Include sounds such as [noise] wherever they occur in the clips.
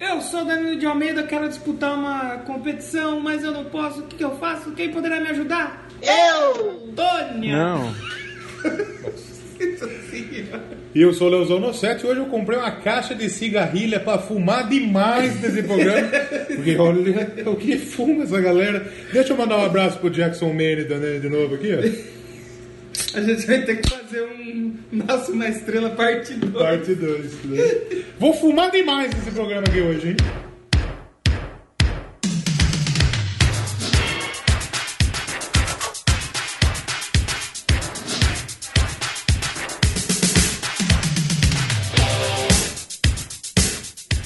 Eu sou Danilo de Almeida, quero disputar uma competição, mas eu não posso. O que, que eu faço? Quem poderá me ajudar? Eu! Tônia! Não. E eu sou o Leozono 7 e hoje eu comprei uma caixa de cigarrilha pra fumar demais nesse programa. Porque olha o que fuma essa galera. Deixa eu mandar um abraço pro Jackson Merida né, de novo aqui, ó. [laughs] A gente vai ter que fazer um Nasce uma Estrela parte 2. Parte 2. Né? Vou fumar demais nesse programa aqui hoje, hein?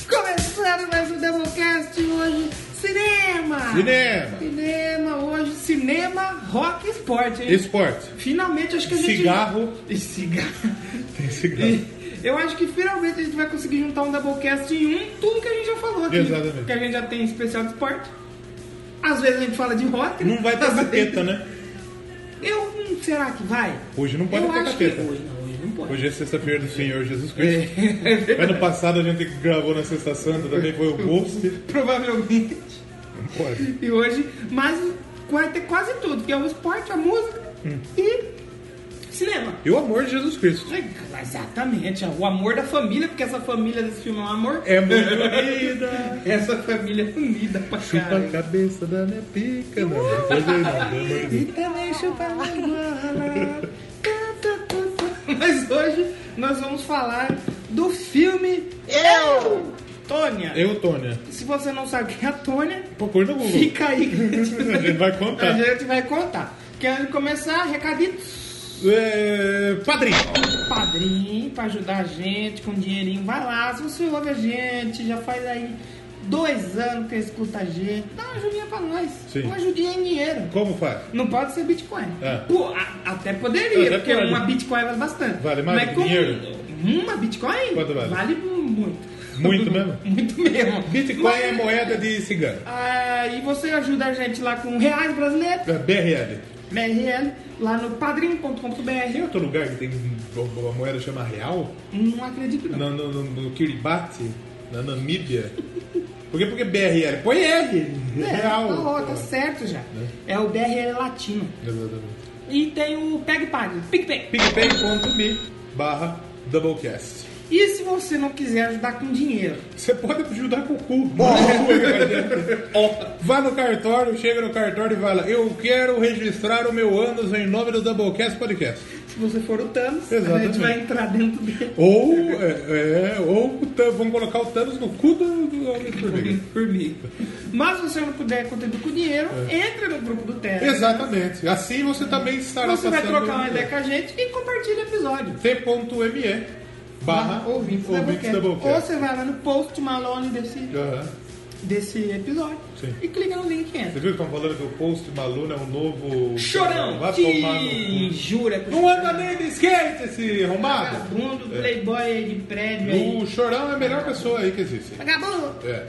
Começando mais um Doublecast hoje, cinema! Cinema, Cinema, hoje, cinema, rock e esporte, hein? esporte, Finalmente, acho que a gente... cigarro. E cigarro. [laughs] Tem cigarro. E Eu acho que finalmente a gente vai conseguir juntar um Doublecast em um, tudo que a gente já falou aqui. Exatamente. Que a gente já tem especial de esporte. Às vezes a gente fala de rock. Não vai ter às vezes- capeta, né? Eu, hum, será que vai? Hoje não pode Eu ter acho capeta. que hoje não, hoje não pode. Hoje é sexta-feira do Senhor Jesus Cristo. Ano passado a gente gravou na Sexta Santa, também foi o Ghost. [laughs] Provavelmente. Pode. E hoje, mas vai ter quase tudo, que é o esporte, a música Hum. e cinema. E o amor de Jesus Cristo. É, Exatamente, o amor da família, porque essa família desse filme é um amor. É muito linda. Essa família é unida pra Chupa a caralho. cabeça da minha pica, né? não vai fazer nada. mas- E também chupa a gola. Tá, tá, tá, tá. Mas hoje nós vamos falar do filme Eu! Tônia. Eu, Tônia, Se você não sabe quem é a Tônia, procura no Google. fica aí A gente vai a [laughs] contar. gente vai contar. Quer começar, recaditos. É, padrinho. padrinho pra ajudar a gente com dinheirinho. Vai lá, se você ouve a gente, já faz aí dois anos que escuta a gente, dá uma ajudinha pra nós. Sim. Uma ajudinha em dinheiro. Como faz? Não pode ser Bitcoin. É. Pô, a- até poderia, Até porque pode. uma Bitcoin vale bastante. Vale mais Mas como dinheiro? uma Bitcoin Quanto vale? mu- muito. Muito mesmo? [laughs] muito mesmo. Bitcoin Mas- é moeda de cigano. Ah, e você ajuda a gente lá com reais brasileiros, É BRL. BRL, lá no padrim.com.br. Tem outro lugar que tem uma moeda chama real? Não acredito não. No, no, no, no Kiribati? Na Namíbia? Por que porque BRL? Põe R. É, Real. tá, ó, tá certo já. É o BRL Latino. Exatamente. E tem o PegPag, PicPay. PicPay.me barra Doublecast. E se você não quiser ajudar com dinheiro? Você pode ajudar com o cu. Vá no cartório, chega no cartório e fala: Eu quero registrar o meu ânus em nome do Doublecast Podcast. Se você for o Thanos, a gente Exatamente. vai entrar dentro dele. Ou, é, é, ou o Than- vamos colocar o Thanos no cu do, do Homem [laughs] de Formiga. Formiga. Mas se você não puder contribuir com dinheiro, É. entra no grupo do Telegram. Exatamente. Assim você também estará Você vai passando. trocar uma ideia com a gente e compartilha o episódio. T.me barra ouvintes da ouvintes Boquete. Ou Doublecast. você vai lá no post Malone desse, Aham. desse episódio Sim. e clica no link e Você entra. viu que estão falando que o post Maluna é um novo. Chorão! Vai que tomar no cu. jura que é um Não é anda nem de skate esse arrombado! Vagabundo, playboy aí de prédio aí. O Chorão é a melhor pessoa aí que existe. Vagabundo! É.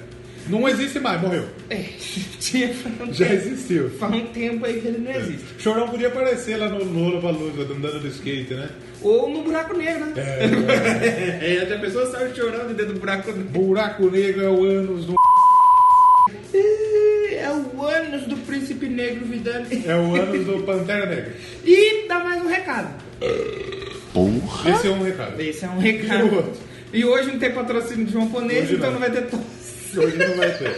Não existe mais, morreu. É, [laughs] tinha faz um, Já É. tempo, existiu. faz um tempo aí que ele não existe. Chorão podia aparecer lá no Lula Palusa, andando de skate, né? Ou no buraco negro, né? É, é. a pessoa saiu chorando dentro do buraco negro. Buraco negro é o ânus do. Ih, É o ânus do príncipe negro Vidani. É o ânus do Pantera Negra. E dá mais um recado. Esse é um recado. Esse é um recado. E o outro? E hoje não tem patrocínio de japonês, Hoje então não não. vai ter tosse. Hoje não vai ter.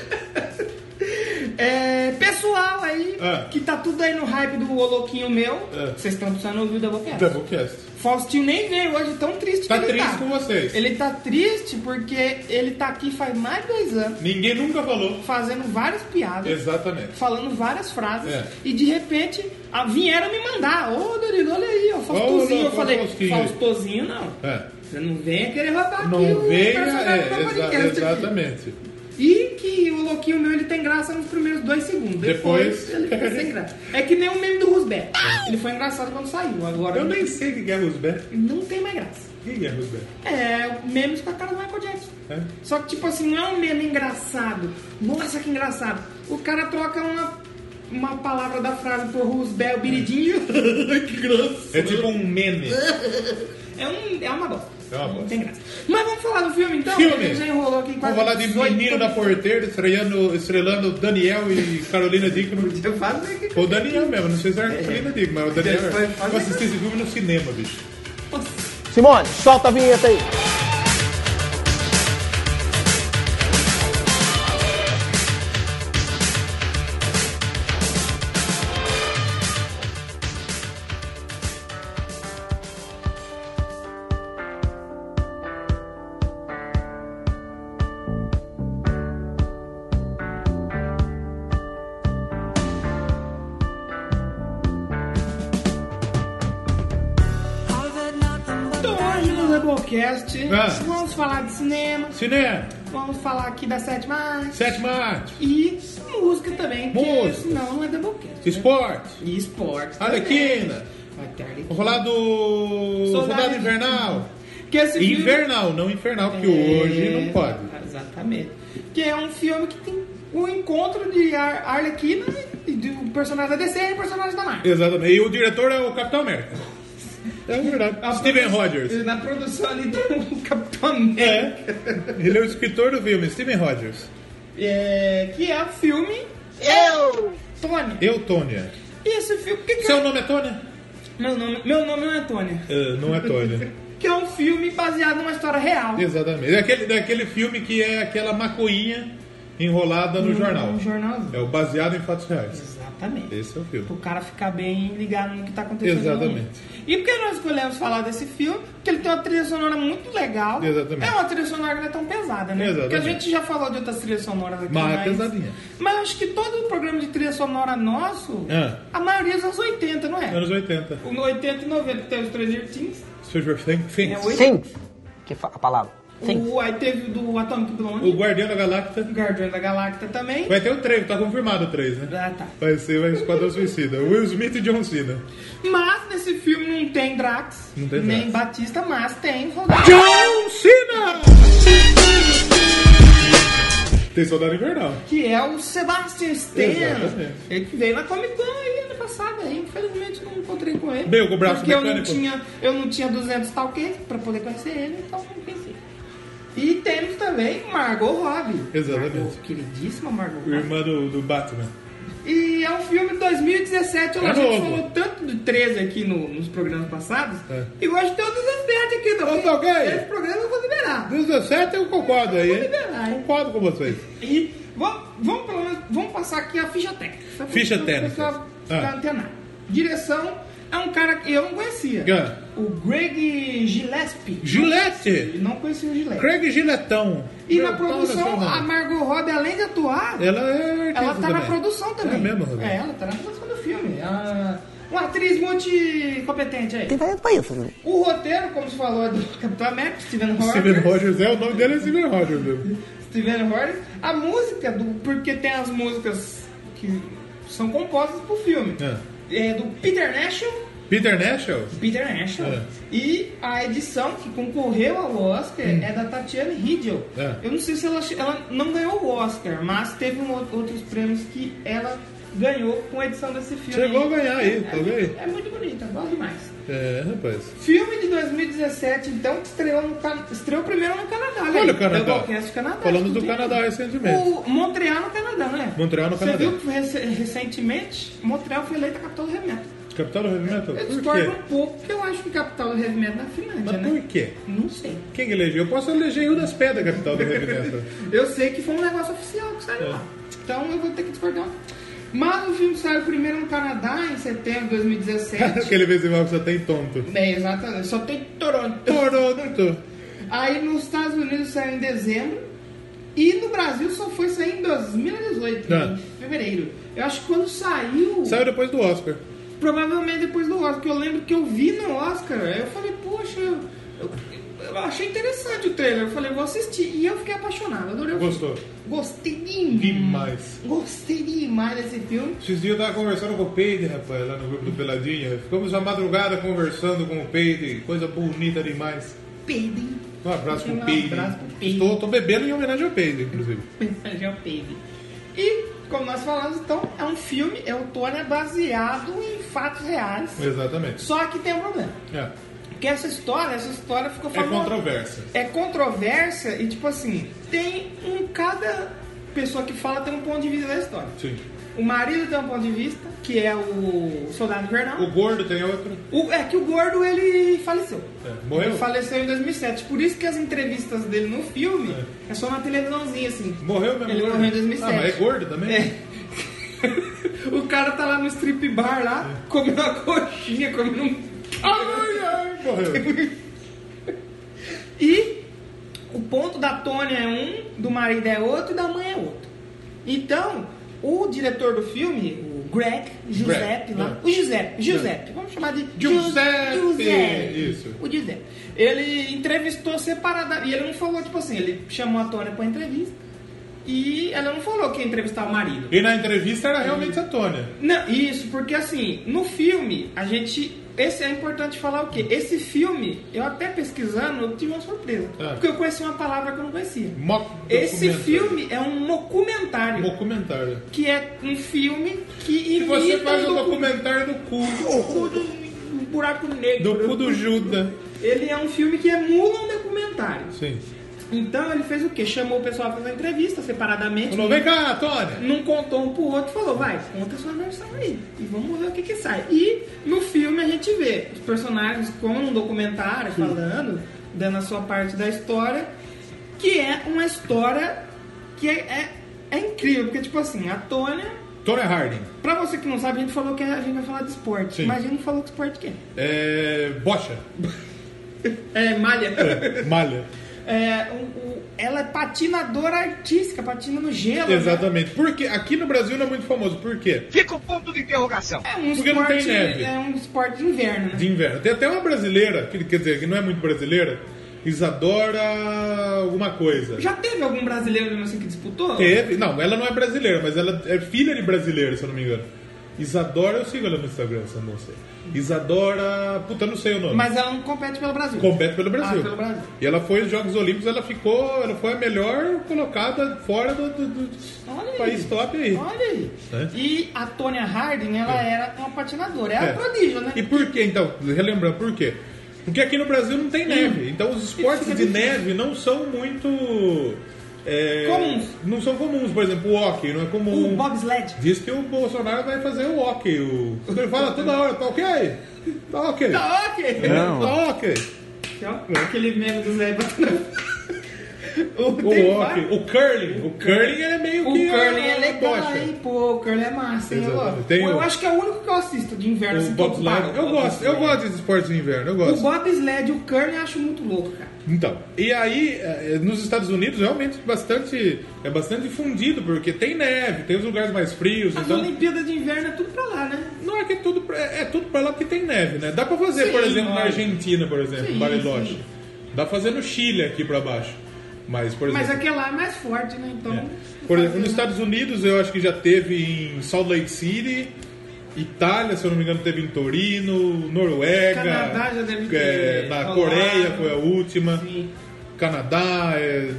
É, pessoal aí, Ah. que tá tudo aí no hype do Ô Louquinho Meu, Ah. vocês estão precisando ouvir da boquete. Doublecast. Faustinho nem veio hoje, tão triste Tá que ele triste com vocês. Ele tá triste porque ele tá aqui faz mais de dois anos, Ninguém nunca falou. fazendo várias piadas, Exatamente. falando várias frases, É. e de repente a- vieram me mandar. Ô, Danilo, olha aí, ó, Faustozinho. Ô, eu louco, falei, Faustinho. Faustozinho não. É. Você não venha querer roubar aqui Não o venha. personagem do É, exa- podcast aqui." exatamente. E que o louquinho meu ele tem graça nos primeiros dois segundos. Depois, Depois- É. ele fica sem graça. É que nem o meme do Rusbé. Ele foi engraçado quando saiu. Agora Eu nem sei o que é Rusbet. não tem mais graça. Quem é Rusbet? É, memes com a cara do Michael Jackson. É? Só que, tipo assim, não é um meme engraçado. Nossa, que engraçado. O cara troca uma, uma palavra da frase por Rusbel [laughs] Biridinho. que graça. É tipo um meme. É, um, é uma bosta. É uma bosta. Não tem graça. Mas vamos falar do filme então? Filme. porque a gente já enrolou aqui Vamos quase falar de 18 Menino da Porteira estrelando, estrelando Daniel e Carolina Dickman. Eu falo meio né, que- É. Ou Daniel mesmo, não sei se era Carolina Dickman, mas o Daniel. Foi- foi- Eu assisti esse filme no cinema, bicho. Nossa, Simone, solta a vinheta aí. Então hoje no Rebocast Ah. vamos falar de cinema, Cinema, vamos falar aqui da sétima arte sétima arte, e música também, porque Música. senão não é Rebocast. né? esporte, E esportes. também. Arlequina. Vai ter Arlequina. Vamos falar do Soldado Soldado Invernal. Invernal. Que esse filme- Invernal, não infernal, porque É, hoje não pode. Exatamente. Que é um filme que tem o encontro de Ar Arlequina e do personagem da DC e personagem da Marvel. Exatamente. E o diretor é o Capitão América. É Ah, verdade. Steven Rogers. Na produção ali do [laughs] Capitão América. É. Ele é o escritor do filme, Steven Rogers. É, que é o filme Eu! Tônia. Eu, Tônia. E esse filme. Que que Seu nome [laughs] é Tônia? é- Meu, nome, meu nome não é Tônia. Ah, não é Tônia. [laughs] Que é um filme baseado numa história real. Exatamente. É aquele, daquele filme que é aquela macoinha enrolada no jornal. Um jornalzinho. É o baseado em fatos reais. Exatamente. Esse é o filme. Pro cara ficar bem ligado no que tá acontecendo. Exatamente. E por que nós escolhemos falar desse filme? Porque ele tem uma trilha sonora muito legal. Exatamente. É uma trilha sonora que não é tão pesada, né? Exatamente. Porque a gente já falou de outras trilhas sonoras aqui. Mas é pesadinha. Mas acho que todo o programa de trilha sonora nosso, Ah. a maioria é dos anos 80, não é? Anos 80. O 80 e 90 teve os Stranger Things. Stranger Things. É, oito. Think. Que fa- a palavra. Think. O, aí teve o do Atomic O Blonde. Guardião da Galáctica. O Guardião da Galacta também. Vai ter o 3, tá confirmado o 3, né? Ah, tá. Vai ser vai Esquadrão Suicida. Will Smith e John Cena. Mas nesse filme não tem Drax, Não tem nem Drax. Batista, mas tem Rodário. John Cena! Tem Soldado Invernal. que é o Sebastian Stan. Exatamente. Ele que veio na Comic Con aí ano passado, aí infelizmente não encontrei com ele. Veio com o braço porque eu não mecânico. tinha, eu não tinha 200 talquês pra poder conhecer ele, então não conheci. E temos também Margot Robbie. Exatamente. Margot, queridíssima Margot Robbie. Irmã do, do Batman. E é um filme de 2017, olha, É a gente novo. falou tanto do 13 aqui no- nos programas passados, É. e hoje tem o 17 aqui Ô, Talquê! também. Esse programa eu vou liberar. 17 eu concordo aí, hein? liberar, hein? Concordo com vocês. E vamos, vamos, pelo menos, vamos passar aqui a ficha técnica. Só pra- Ficha só pra técnica. pessoal Ah. Ficar antenado. Direção é um cara que eu não conhecia. Ah. O Greg Gillespie. Gillette! Não conhecia o Gillespie. Craig Giletão. E na Meu pau produção, nessa a mão. Margot Robbie, além de atuar, Ela é. ela artista tá na produção também. É mesmo, Rodrigo? É, ela tá na produção do filme. Ah, Uma atriz muito competente aí. Tem talento pra isso, Júlio. O roteiro, como se falou, é do [laughs] Capitão América, Steven Rogers. Steven Rogers é, o nome dele é Steven Rogers mesmo. Steven Rogers, a música, do, porque tem as músicas que são compostas pro filme. É, do Peter Nashel, Peter Nashel? Peter Nashel, É. e a edição que concorreu ao Oscar é da Tatiana Hidel. Hum. É. Eu não sei se ela, che- ela não ganhou o Oscar, mas teve um ou- outros prêmios que ela ganhou com a edição desse filme. Chegou a ganhar aí, tá vendo? É, é muito bonita, gosto demais. É, rapaz. Filme de 2017, então, que estreou, no, Can- estreou primeiro no Canadá. né? Olha o Canadá. Doublecast Canadá. Falamos acho que do tem. Canadá recentemente. O Montreal no Canadá, né? É. Montreal no Canadá. Você viu que rece- recentemente Montreal foi eleita capital do heavy metal. Capital do Movimento? Eu Por discordo quê? um pouco, porque eu acho que capital do heavy metal é a Finlândia, Mas né? por quê? Não sei. Quem que elegeu? Eu posso eleger Rio das Pedras, capital do [laughs] Movimento. Eu sei que foi um negócio oficial que saiu É. lá. Então eu vou ter que discordar. Mas o filme saiu primeiro no Canadá, em setembro de [laughs] 2017. Aquele festival que só tem tonto. é, exatamente. Só tem Toronto. Toronto! Aí nos Estados Unidos saiu em dezembro. E no Brasil só foi sair em 2018, É. em fevereiro. Eu acho que quando saiu. Saiu depois do Oscar. Provavelmente depois do Oscar, que eu lembro que eu vi no Oscar, aí eu falei, poxa, eu, eu- eu achei interessante o trailer, eu falei, vou assistir. E eu fiquei apaixonado, adorei o filme. Gostou? Gostei demais. Demais. Gostei demais desse filme. Esses dias eu tava conversando com o Peide, rapaz, lá no grupo do Peladinha. Ficamos a madrugada conversando com o Peide, coisa bonita demais. Peide. Um abraço pro Um Peide. abraço pro Peide. Estou tô bebendo em homenagem ao Peide, inclusive. Mensagem ao Peide. E, como nós falamos, então, é um filme, é o Tony, é baseado em fatos reais. Exatamente. Só que tem um problema. É. Porque essa história, essa história ficou É famosa. controvérsia. É controvérsia e, tipo assim, tem um. Cada pessoa que fala tem um ponto de vista da história. Sim. O marido tem um ponto de vista, que é o Soldado Invernal. O gordo tem outro. O- é que o gordo ele faleceu. É, morreu? Ele faleceu em 2007. Por isso que as entrevistas dele no filme é, só na televisãozinha, assim. Morreu mesmo? Ele gordo? morreu em 2007. Ah, mas é gordo também? É. [laughs] o cara tá lá no strip bar É. lá, comendo uma coxinha, comendo um. Ai, ai, morreu. [laughs] E o ponto da Tônia é um, do marido é outro e da mãe é outro. Então, o diretor do filme, o Greg Giuseppe, Greg, lá, é. o Giuseppe, Giuseppe, vamos chamar de Giu- Giuseppe, Giuseppe. isso. O Giuseppe. Ele entrevistou separada e ele não falou, tipo assim, ele chamou a Tônia pra entrevista e ela não falou que ia entrevistar o marido. E na entrevista era realmente a Tônia. Não, isso, porque assim, no filme, a gente. Esse é importante falar o quê? Esse filme, eu até pesquisando, eu tive uma surpresa. Ah. Porque eu conheci uma palavra que eu não conhecia. Moc- Esse documentário. filme é um documentário. Documentário. que é um filme que E imita você faz um o docu- documentário do cu. o cu do um buraco negro. Do cu do Judas. Ele é um filme que emula um documentário. Sim. Então ele fez o quê? Chamou o pessoal pra fazer uma entrevista separadamente. Falou, vem cá, Tônia. não contou um pro outro e falou, vai, conta a sua versão aí. E vamos ver o que que sai. E no filme a gente vê os personagens como um documentário falando, dando a sua parte da história, que é uma história que é, é, é incrível, porque tipo assim, a Tônia, Tônia Harding. pra você que não sabe, a gente falou que a gente vai falar de esporte, Sim. mas a gente não falou que esporte que é. É... [laughs] Bocha. É, malha. Malha. [laughs] É, o- o- ela é patinadora artística, patina no gelo. né? Exatamente. Porque aqui no Brasil não é muito famoso. Por quê? Fica o ponto de interrogação. É um Porque não tem esporte, neve. é um esporte de inverno, né? De inverno. Tem até uma brasileira, que, quer dizer, que não é muito brasileira, Isadora alguma coisa. Já teve algum brasileiro mesmo assim que disputou? Teve. Não, ela não é brasileira, mas ela é filha de brasileiro, se eu não me engano. Isadora, eu sigo ela no Instagram, essa moça. Isadora. Puta, eu não sei o nome. Mas ela não compete pelo Brasil. Compete pelo Brasil. Ah, pelo Brasil. E ela foi aos Jogos Olímpicos, ela ficou. Ela foi a melhor colocada fora do, do- do- Olha do aí. país top aí. Olha aí. É. E a Tônia Harding, ela era uma patinadora. Ela é É. prodígio, né? E por que, então, relembrando, por quê? Porque aqui no Brasil não tem neve. Então os esportes Hum. fica de difícil. neve não são muito. é, Comuns. Não são comuns, por exemplo, o hockey não é comum. O bobsled. Diz que o Bolsonaro vai fazer o hockey. O... Ele fala toda hora, tá ok? Tá ok. Tá ok. Não. Tá ok. Então, É. Aquele meme do Zé Batanão. O hockey. O curling. O curling é meio O que. curling é a legal, bocha. hein? Pô, o curling é massa, hein? Eu, Exatamente. gosto. Tem eu o- acho que é o único que eu assisto de inverno. O assim, que eu bobsled. paro. Eu gosto, eu gosto desses esportes de inverno, eu O gosto. bobsled e o curling eu acho muito louco, cara. Então, e aí, eh, nos Estados Unidos, realmente bastante, é bastante difundido, porque tem neve, tem os lugares mais frios, As então... Olimpíadas de inverno é tudo pra lá, né? Não é que é tudo, pra- é, é tudo pra lá porque tem neve, né? Dá pra fazer, Sim, por exemplo, na lógico. Argentina, por exemplo, Sim, em Bariloche. sim. Dá pra fazer no Chile, aqui pra baixo. Mas, por exemplo... Mas aquele lá é né? mais forte, né? Então. É. Por exemplo, nos Estados Unidos eu acho que já teve em Salt Lake City, Itália, se eu não me engano, teve em Torino, Noruega, Canadá já deve ter. é, na Olá. Coreia foi a última, Sim. Canadá, é,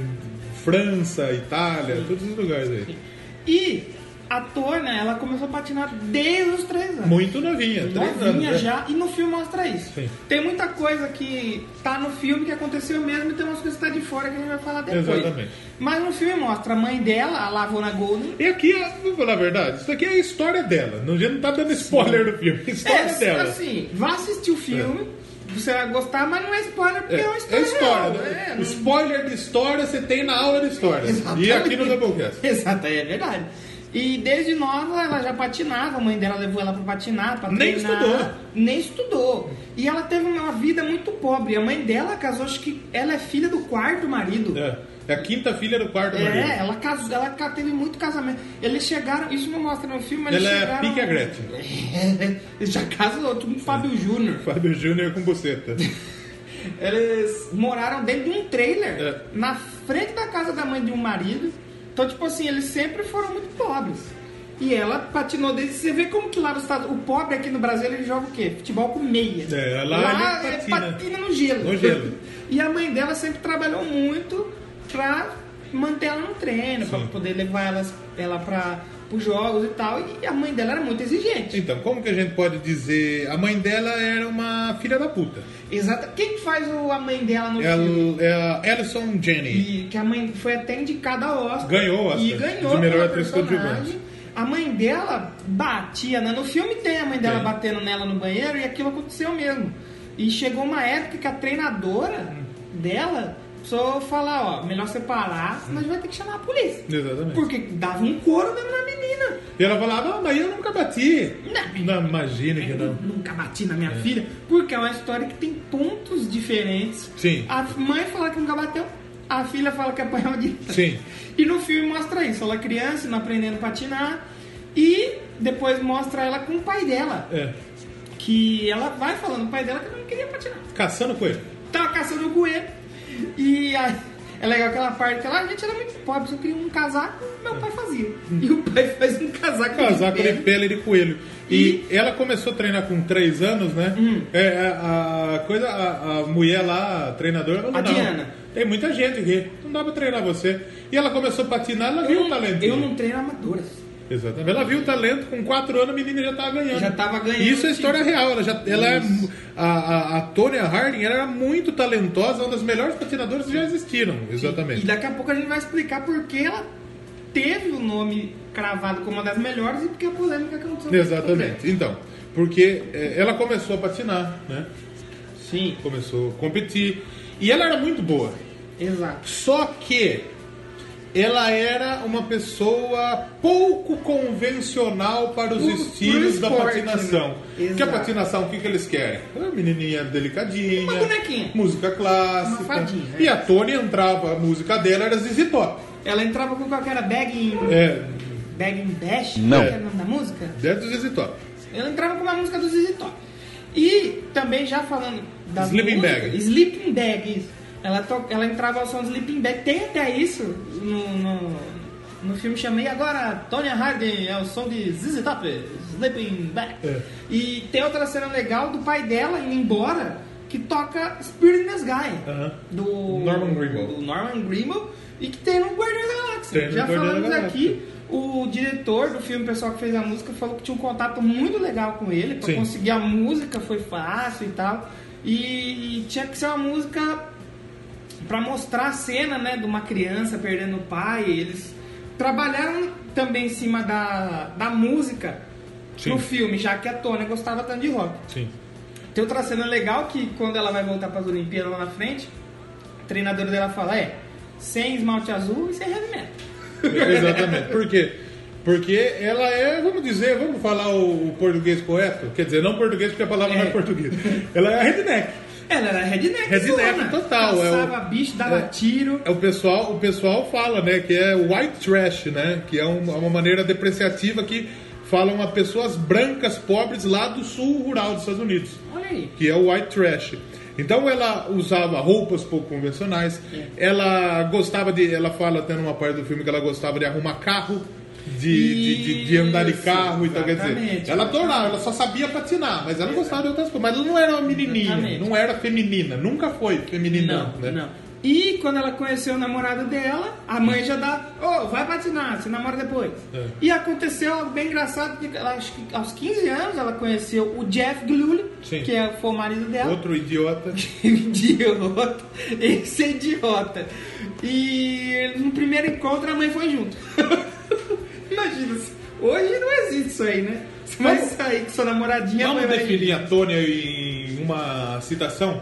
França, Itália, todos esses lugares aí. E a Tônia, ela começou a patinar desde os três anos. Muito novinha, três anos. Novinha né? já, e no filme mostra isso. Sim. Tem muita coisa que tá no filme que aconteceu mesmo e tem umas coisas que tá de fora que a gente vai falar depois. Exatamente. Mas no filme mostra a mãe dela, a Lavona Golden. E aqui, ah, vou falar a verdade, isso aqui é a história dela. Não, a gente não tá dando spoiler do filme, é a história é, dela. É. assim, vá assistir o filme, você vai gostar, mas não é spoiler porque é, uma história. real, né? é, não- Spoiler de história você tem na aula de história. Exatamente. E aqui no Doublecast. [laughs] Exato, é verdade. E desde nova ela já patinava, a mãe dela levou ela pra patinar, pra Nem treinar. estudou. Nem estudou. E ela teve uma vida muito pobre. A mãe dela casou, acho que ela é filha do quarto marido. É, é a quinta filha do quarto marido. É, ela casou, ela ca- teve muito casamento. Eles chegaram, isso não mostra no filme, mas Ela eles é chegaram... pique [laughs] a Gretchen. Eles já casou, tipo um Fábio Júnior. Fábio Júnior com buceta. Eles moraram dentro de um trailer, É. na frente da casa da mãe de um marido. Então, tipo assim, eles sempre foram muito pobres. E ela patinou desde. Você vê como que lá nos Estados O pobre aqui no Brasil ele joga o quê? Futebol com meia. É, lá ele ele patina. no gelo. [laughs] No gelo. E a mãe dela sempre trabalhou muito pra manter ela no treino, pra poder levar elas, ela para os jogos e tal. E a mãe dela era muito exigente. Então, como que a gente pode dizer? A mãe dela era uma filha da puta. Exata. Quem que faz o- a mãe dela no Ela filme? é a Alison Jenny. E que a mãe foi até indicada ao Oscar. Ganhou o Oscar E ganhou de melhor pela atriz personagem. coadjuvante. A mãe dela batia, né? No filme tem a mãe dela Tem. batendo nela no banheiro e aquilo aconteceu mesmo. E chegou uma época que a treinadora dela só falar, ó, melhor separar, senão a gente vai ter que chamar a polícia. Exatamente. Porque dava um couro mesmo na menina. E ela falava, ah, mas eu nunca bati. Não. Não, imagina que não. Nunca bati na minha filha, porque é uma história que tem pontos diferentes. Sim. A mãe fala que nunca bateu, a filha fala que é apanhou de [laughs] Sim. E no filme mostra isso, ela é criança, não aprendendo a patinar, e depois mostra ela com o pai dela, É. que ela vai falando o pai dela que ela não queria patinar. Tá Caçando coelho. Tava caçando o coelho, e aí, é legal aquela parte que ela, a gente era muito pobre, só queria um casaco, meu pai fazia. E o pai faz um casaco, Hum. Casaco de pele. pele de coelho. E, ela começou a treinar com 3 anos, né? Hum. É, a, a coisa, a, a mulher lá, a treinadora, falou, A não, Diana. Tem muita gente aqui, não dá pra treinar você. E ela começou a patinar, ela viu Eu o não, talento. eu não treino amadoras. Exatamente. Ela viu o talento, com 4 anos a menina já tava ganhando. Já tava ganhando, Isso é sim. história real. Ela já, ela é, mu- a, a, a Tonya Harding ela era muito talentosa, uma das melhores patinadoras que já existiram. Exatamente. E daqui a pouco a gente vai explicar por que ela teve o nome cravado como uma das melhores e porque a polêmica que aconteceu. Exatamente. Então, porque é, ela começou a patinar, né? Sim, Começou a competir. E ela era muito boa. exato. Só que ela era uma pessoa pouco convencional para os Pro- pro estilos da esporte, patinação. né? Porque a Exato. patinação, o que, que eles querem? Uma menininha delicadinha. Uma bonequinha. Música clássica. Uma fadinha, é. E a Tony entrava, a música dela era ZZ Top. Ela entrava com qualquer era bag in, É, bag in bash, Não. que era o nome da música. dentro do ZZ Top. Ela entrava com uma música do ZZ Top. E também já falando da Sleeping Bag. Sleeping Bag, isso. Ela, to- ela entrava ao som do Sleeping Bag. Tem até isso no, no, no filme chamei agora Tonya Harding é o som de ZZ Top, Sleeping Bag. É. E tem outra cena legal do pai dela indo embora que toca Spirit in the Sky Aham. do Norman Grimble. do Norman Grimble e que tem no Guardiões da Galáxia. Tem no Já Guardiões da falamos Galáxia. aqui o diretor do filme, o pessoal que fez a música, falou que tinha um contato muito legal com ele. Pra Sim. conseguir a música foi fácil e tal. E, e tinha que ser uma música pra mostrar a cena, né? De uma criança perdendo o pai. Eles trabalharam também em cima da, da música Sim. no filme, já que a Tônia gostava tanto de rock. Sim. Tem outra cena legal que quando ela vai voltar para as Olimpíadas lá na frente, a treinadora dela fala, é, sem esmalte azul e sem heavy metal. [laughs] Exatamente. Por quê? Porque ela é, vamos dizer, vamos falar o, o português correto? Quer dizer, não português, porque a palavra não é É. português. Ela é a redneck. Ela era redneck, Redneck zona. total, é o- Caçava bicho, dava é. tiro. É o pessoal, o pessoal fala, né, que é white trash, né, que é um- é uma maneira depreciativa que falam a pessoas brancas pobres lá do sul rural dos Estados Unidos, Olha aí. que é o white trash. Então ela usava roupas pouco convencionais, ela gostava de, ela fala até numa parte do filme que ela gostava de arrumar carro, de, de, de- de andar de Isso, carro e tal, quer dizer, exatamente. É. ela adorava, ela só sabia patinar, mas ela gostava de outras coisas, mas ela não era uma menininha, Exatamente. não era feminina, nunca foi feminina, Não, né? não. E quando ela conheceu o namorado dela, a mãe já dá, ô, vai patinar, se namora depois. É. E aconteceu algo bem engraçado, porque ela, acho que aos 15 anos ela conheceu o Jeff Glule, Sim. que é- foi o marido dela. [laughs] Um Outro idiota. idiota. Esse é idiota. E no primeiro encontro a mãe foi junto. [laughs] Imagina, se- hoje não existe isso aí, né? Você vai Vamos- sair com sua namoradinha, a [laughs] Vamos mãe vai definir a Tônia em uma citação?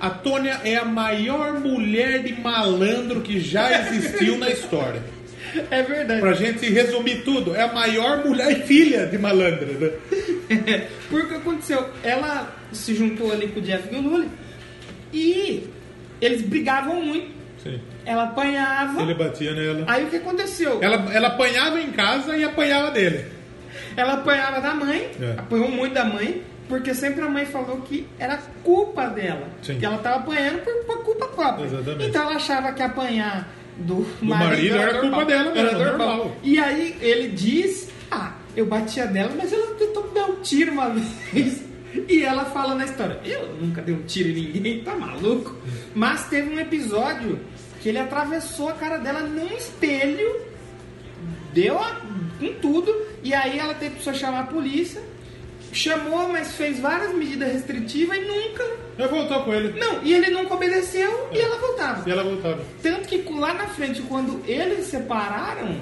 A Tônia é a maior mulher de malandro que já existiu na história. É verdade. [laughs] Pra gente resumir tudo, é a maior mulher e filha de malandro, né? Porque aconteceu, ela se juntou ali com o Jeff Gillulli e eles brigavam muito. Sim. Ela apanhava. Ele batia nela. Aí o que aconteceu? Ela, ela apanhava em casa e apanhava dele. Ela apanhava da mãe, É. apanhou muito da mãe, porque sempre a mãe falou que era culpa dela. Sim. Que ela tava apanhando por, por culpa própria. Exatamente. Então ela achava que apanhar do, marido era normal. culpa dela mesmo, Era normal. normal. E aí ele diz: Ah, eu batia dela, mas ela tentou me dar um tiro uma [laughs] vez. E ela fala na história: Eu nunca dei um tiro em ninguém, tá maluco? Mas teve um episódio que ele atravessou a cara dela num espelho, deu a, com tudo, e aí ela teve que só chamar a polícia, chamou, mas fez várias medidas restritivas e nunca. Eu voltou com ele. Não, e ele nunca obedeceu e ela voltava. E ela voltava. Tanto que lá na frente, quando eles se separaram,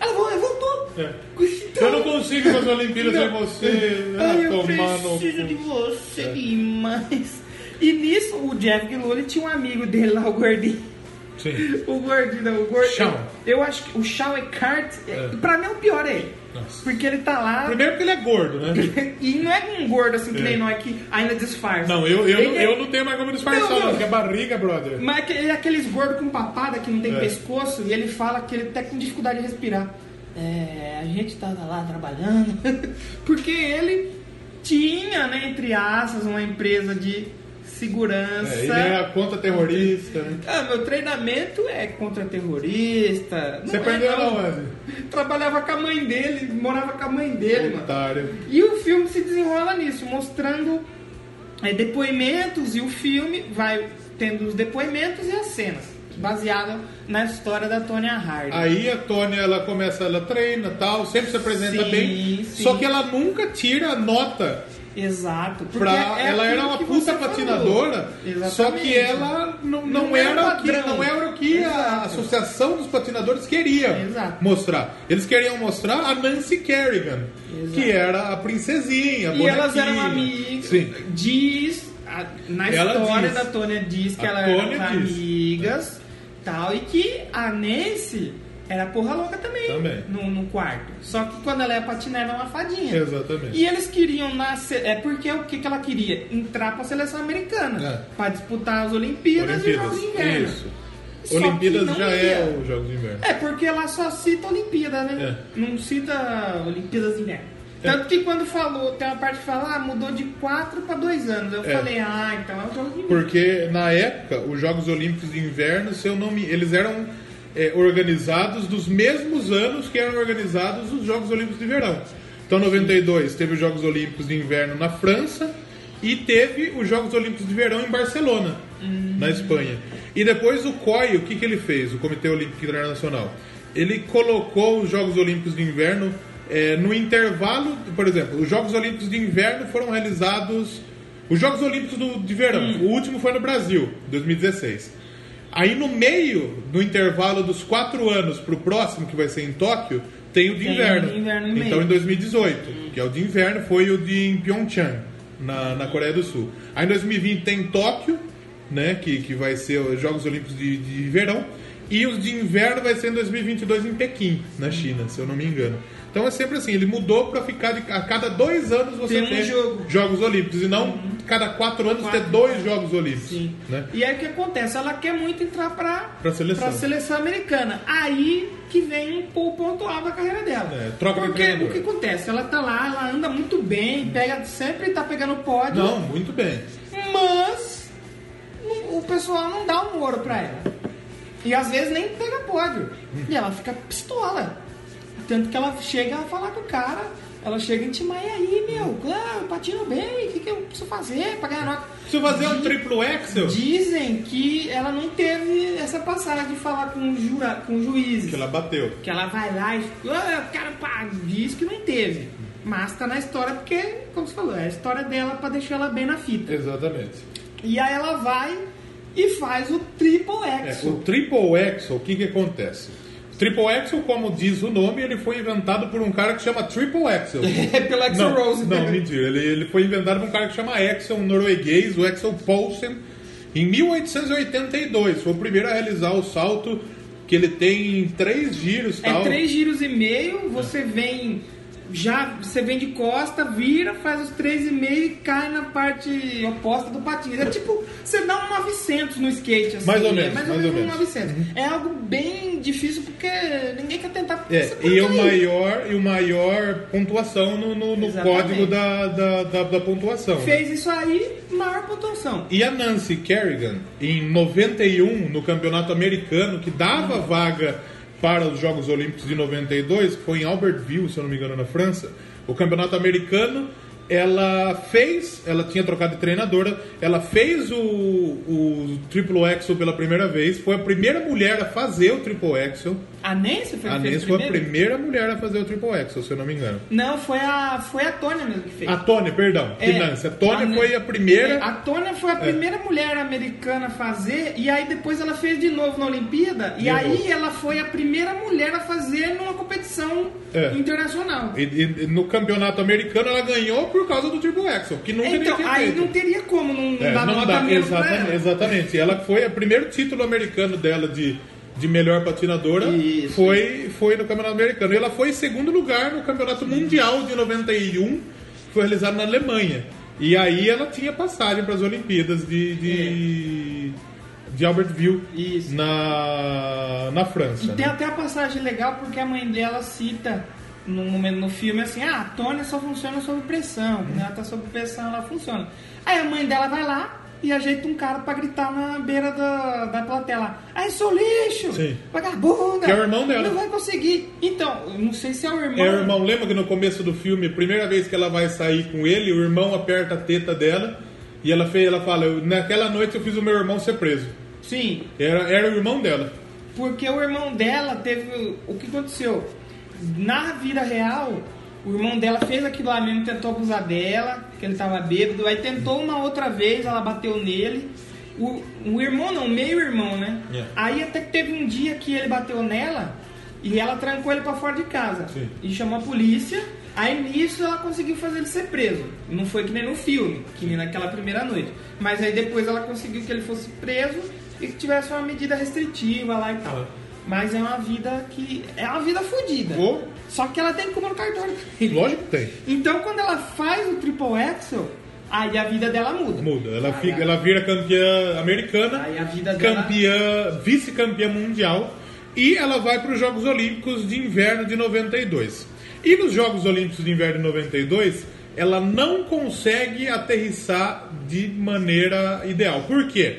ela vo- ela voltou. É. Então, Eu não consigo fazer Olimpíada sem Não. você. Ah, Ai, eu tomar no preciso cu. É. de você demais. E nisso, o Jeff Gilloli tinha um amigo dele lá, o gordinho. Sim. O gordinho, não, o gordinho. Shawn. Eu acho que o Shawn Eckhart, é. É. pra mim, o pior é ele. Nossa. Porque ele tá lá... Primeiro porque ele é gordo, né? E não é um gordo assim que É. nem nós que ainda disfarça. Não, eu, eu, Ele é- eu não tenho mais como disfarçar, Não, não. não, porque é barriga, brother. Mas é que- ele é aqueles gordos com papada que não tem É. pescoço e ele fala que ele até com dificuldade de respirar. É, a gente tava lá trabalhando. [laughs] Porque ele tinha, né, entre aspas, uma empresa de segurança. É, ele era contra terrorista, né? Ah, meu treinamento é contra terrorista. Você Não é, perdeu não. ela onde? Trabalhava com a mãe dele, morava com a mãe dele, é mano. Otário. E o filme se desenrola nisso, mostrando é, depoimentos e o filme vai tendo os depoimentos e as cenas, baseado na história da Tonya Harding. Aí a Tônia, ela começa, ela treina tal, sempre se apresenta Sim, bem. sim. Só que ela nunca tira a nota. Exato. porque Pra, é ela era aquilo uma que puta você falou. patinadora, Exatamente. só que ela não, não, Não era era, o que, padrão. não era o que a Exato. Associação dos Patinadores queria Exato. mostrar. Eles queriam mostrar a Nancy Kerrigan, Exato. que era a princesinha. a E elas bonequinha. eram amigas. Sim. Diz, a- na Ela história diz. da Tônia diz que A elas Tônia eram diz. amigas, tal, e que a Nancy era porra louca também, Também. No, no quarto. Só que quando ela ia patinar, era uma fadinha. Exatamente. E eles queriam nascer. É porque o que, que ela queria? Entrar pra seleção americana. É. Pra disputar as Olimpíadas, e os Jogos de Inverno. Isso. Só que Olimpíadas não já ia. é o Jogos de Inverno. É, porque ela só cita Olimpíada, né? Não cita Olimpíadas de Inverno. É. Tanto que quando falou, tem uma parte que fala, ah, mudou de 4 para 2 anos. Eu É. falei, ah, então é um jogo de inverno. Porque na época, os Jogos Olímpicos de Inverno, se eu não me- eles eram é, organizados dos mesmos anos que eram organizados os Jogos Olímpicos de Verão. Então, em 92 teve os Jogos Olímpicos de Inverno na França e teve os Jogos Olímpicos de Verão em Barcelona, na Espanha. E depois o COI, o que, que ele fez, o Comitê Olímpico Internacional? Ele colocou os Jogos Olímpicos de Inverno é, no intervalo, por exemplo, os Jogos Olímpicos de Inverno foram realizados os Jogos Olímpicos do- de verão, Hum. o último foi no Brasil, 2016. Aí no meio, no intervalo dos quatro anos pro próximo, que vai ser em Tóquio, tem o de Tem inverno. o de inverno no então meio. em 2018, que é o de inverno, foi o de em Pyeongchang, na, Hum. na Coreia do Sul. Aí em 2020 tem Tóquio, né, que, que vai ser os Jogos Olímpicos de, de verão. E os de inverno vai ser em 2022 em Pequim, Hum. na China, se eu não me engano. Então é sempre assim, ele mudou pra ficar de, a cada dois anos você Tem um jogo. Jogos Olímpicos e não cada quatro anos ter Quatro. dois Jogos Olímpicos. Sim. Né? E aí o que acontece? Ela quer muito entrar pra, Pra seleção. pra seleção americana. Aí que vem o ponto alto da carreira dela. É, troca de Porque treinador. o que acontece? Ela tá lá, ela anda muito bem, pega, sempre tá pegando pódio. Não, muito bem. Mas não- o pessoal não dá um ouro pra ela. E às vezes nem pega pódio. E ela fica pistola. Tanto que ela chega a falar com o cara, ela chega a intimar, e aí, meu, ah, eu patino bem, o que, que eu preciso fazer pra ganhar nota? Se eu fazer um triplo Excel, Dizem que ela não teve essa passagem de falar com o jura, com o juiz. que ela bateu. Que ela vai lá e ah, eu quero pá, diz que não teve. Mas tá na história porque, como você falou, é a história dela pra deixar ela bem na fita. Exatamente. E aí ela vai e faz o triple É, X. o triple Axel, o que que acontece? Triple Axel, como diz o nome, ele foi inventado por um cara que chama Triple Axel. É, pelo [laughs] Axel não, Rose. Não, mentira. Ele, ele foi inventado por um cara que chama Axel, um norueguês, o Axel Poulsen, em 1882. Foi o primeiro a realizar o salto que ele tem em três giros. É tal. três giros e meio, É. você vem já, você vem de costa, vira, faz os três e meio e cai na parte oposta do patins. É tipo, você dá um 900 no skate, assim. Mais ou é menos, mais ou mais menos ou um menos. Uhum. 900. É algo bem difícil porque ninguém quer tentar. É, essa e o porcaria. maior, e o maior pontuação no, no- no Exatamente. código da, da, da- da pontuação. né? Fez isso aí, maior pontuação. E a Nancy Kerrigan, em 91, no campeonato americano, que dava Uhum. vaga para os Jogos Olímpicos de 92, que foi em Albertville, se eu não me engano, na França, o campeonato americano, ela fez, ela tinha trocado de treinadora, ela fez o, o Triple Axel pela primeira vez, foi a primeira mulher a fazer o Triple Axel. A Nancy foi A que fez Nancy foi a primeiro? primeira mulher a fazer o Triple Axel, se eu não me engano. Não, foi a, foi a Tônia mesmo que fez. A Tônia, perdão, que É, Nancy. A Tônia Nan- foi a primeira. É. A Tônia foi a primeira mulher americana a fazer, e aí depois ela fez de novo na Olimpíada, e De aí novo. ela foi a primeira mulher a fazer numa competição É. internacional. E, e- e no campeonato americano ela ganhou por causa do Triple Axel, que nunca Então, ninguém aí fez. não teria como não, não É, dar não nota dá, menos pra exatamente, ela. exatamente. Ela foi o primeiro título americano dela de, de melhor patinadora. Isso. Foi, foi no Campeonato Americano. E ela foi em segundo lugar no Campeonato Mundial de 91, que foi realizado na Alemanha. E aí ela tinha passagem para as Olimpíadas de, de, de Albertville É. Isso. Então, na, na França. E tem né? até a passagem legal porque a mãe dela cita no momento no filme assim, ah, a Tônia só funciona sob pressão. Quando ela tá sob pressão, ela funciona. Aí a mãe dela vai lá e ajeita um cara pra gritar na beira da, da plateia lá. Aí sou lixo! Sim. Vagabunda! Que é o irmão dela. Não vai conseguir. Então, eu não sei se é o irmão. É o irmão, lembra que no começo do filme, a primeira vez que ela vai sair com ele, o irmão aperta a teta dela e ela, fez, ela fala: "Eu- Naquela noite eu fiz o meu irmão ser preso. Sim. Era, era o irmão dela. Porque o irmão dela teve. O que aconteceu? Na vida real, o irmão dela fez aquilo lá mesmo, tentou abusar dela, que ele tava bêbado, aí tentou uma outra vez, ela bateu nele. O, o irmão não, meio irmão, né? É. Aí até que teve um dia que ele bateu nela e ela trancou ele pra fora de casa. Sim. E chamou a polícia. Aí nisso ela conseguiu fazer ele ser preso. Não foi que nem no filme, que nem naquela primeira noite. Mas aí depois ela conseguiu que ele fosse preso e que tivesse uma medida restritiva lá e tal. Ah. Mas é uma vida que. É uma vida fodida. Ô. Só que ela tem culpa no cartório. [laughs] Lógico que tem. Então quando ela faz o triple axel, aí a vida dela muda. Muda. Ela, Aí fica, a- ela vira campeã americana, Ah, é. Aí a vida dela- campeã, vice-campeã mundial e ela vai para os Jogos Olímpicos de Inverno de 92. E nos Jogos Olímpicos de Inverno de 92, ela não consegue aterrissar de maneira ideal. Por quê?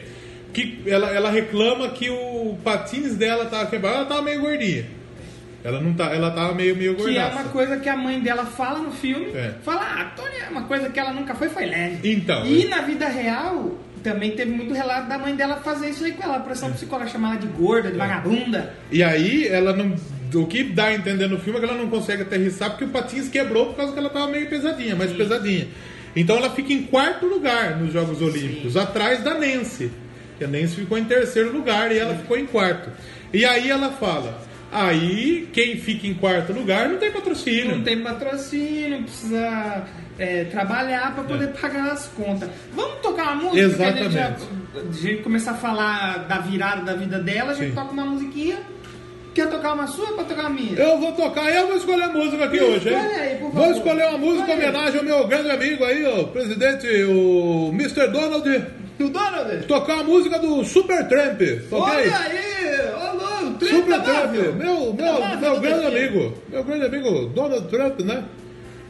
Que ela, ela reclama que o patins dela tava quebrado. Ela tava meio gordinha. Ela não tá, ela tava meio meio Que é gordaça. uma coisa que a mãe dela fala no filme. É. Fala, ah, a Tônia, uma coisa que ela nunca foi, foi leve. Então, E na vida real, também teve muito relato da mãe dela fazer isso aí com ela. A É. pressão psicológica chamar ela de gorda, de vagabunda. E aí ela não. O que dá a entender no filme é que ela não consegue aterrissar porque o patins quebrou por causa que ela tava meio pesadinha, mais pesadinha. Então ela fica em quarto lugar nos Jogos Olímpicos, atrás da Nancy. E a Nancy ficou em terceiro lugar e ela ficou em quarto. E aí ela fala: aí quem fica em quarto lugar não tem patrocínio. Não tem patrocínio, precisa é, trabalhar para poder pagar as contas. Vamos tocar uma música? É. Exatamente. Que a gente, já- a gente começar a falar da virada da vida dela, a gente Sim. toca uma musiquinha. Quer tocar uma sua para tocar a minha? Eu vou tocar, eu vou escolher a música aqui Escolhe hoje, hein? aí, por vou favor. escolher uma música em Escolhe aí. homenagem ao meu grande amigo aí, o presidente, o Mr. Donald. Do Donald? tocar a música do Super Tramp, ok? Olha aí! Olha, o Trump Super tá Tramp, bravo. meu, Tá meu, bravo, meu tá grande bravo. amigo, meu grande amigo Donald Trump, né?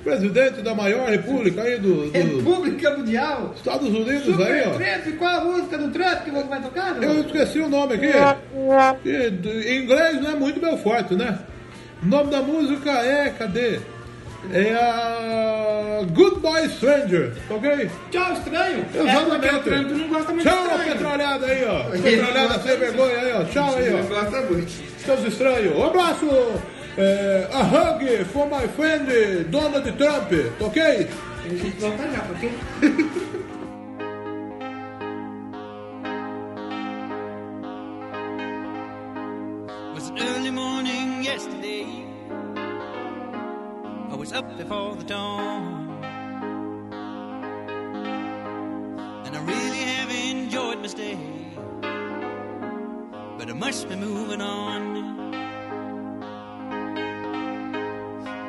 Presidente da maior república aí do, do República Mundial. Estados Unidos aí, Super ó. Trump, qual a música do Trump que você vai tocar? Dudu? Eu esqueci o nome aqui. E, do- Em inglês não é muito meu forte, né? O nome da música é, cadê? É a Goodbye Stranger, ok? Tchau, estranho. É porque o Exatamente. Trump não gosta muito de Tchau, estranho. petralhada aí, ó. Ele Petralhada gosta sem muito. vergonha aí, ó. Tchau aí, ó. Não gosta muito. Seus estranhos, um abraço! É, a hug for my friend Donald Trump, tá ok? A gente volta já, porque... was an early morning yesterday. I was up before the dawn. And I really have enjoyed my stay. But I must be moving on.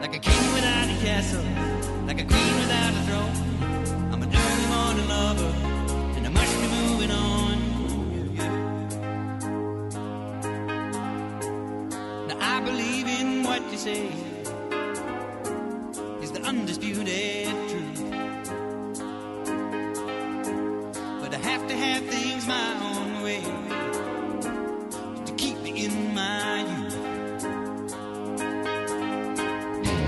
Like a king without a castle, like a queen without a throne. I'm an early morning lover, and I must be moving on. Yeah, yeah. Now I believe in what you say is the undisputed truth. But I have to have things my own way to keep me in my youth.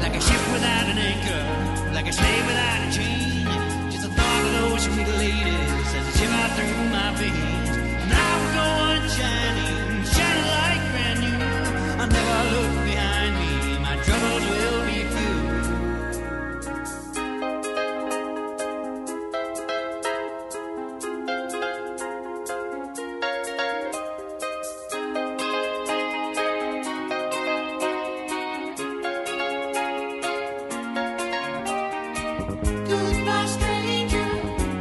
Like a ship without an anchor, like like a slave without a chain. Just the thought of those sweet ladies as they shiver through my veins. And I will go on shining, shining like brand new. I'll never look behind me. My troubles will be few. Goodbye, stranger.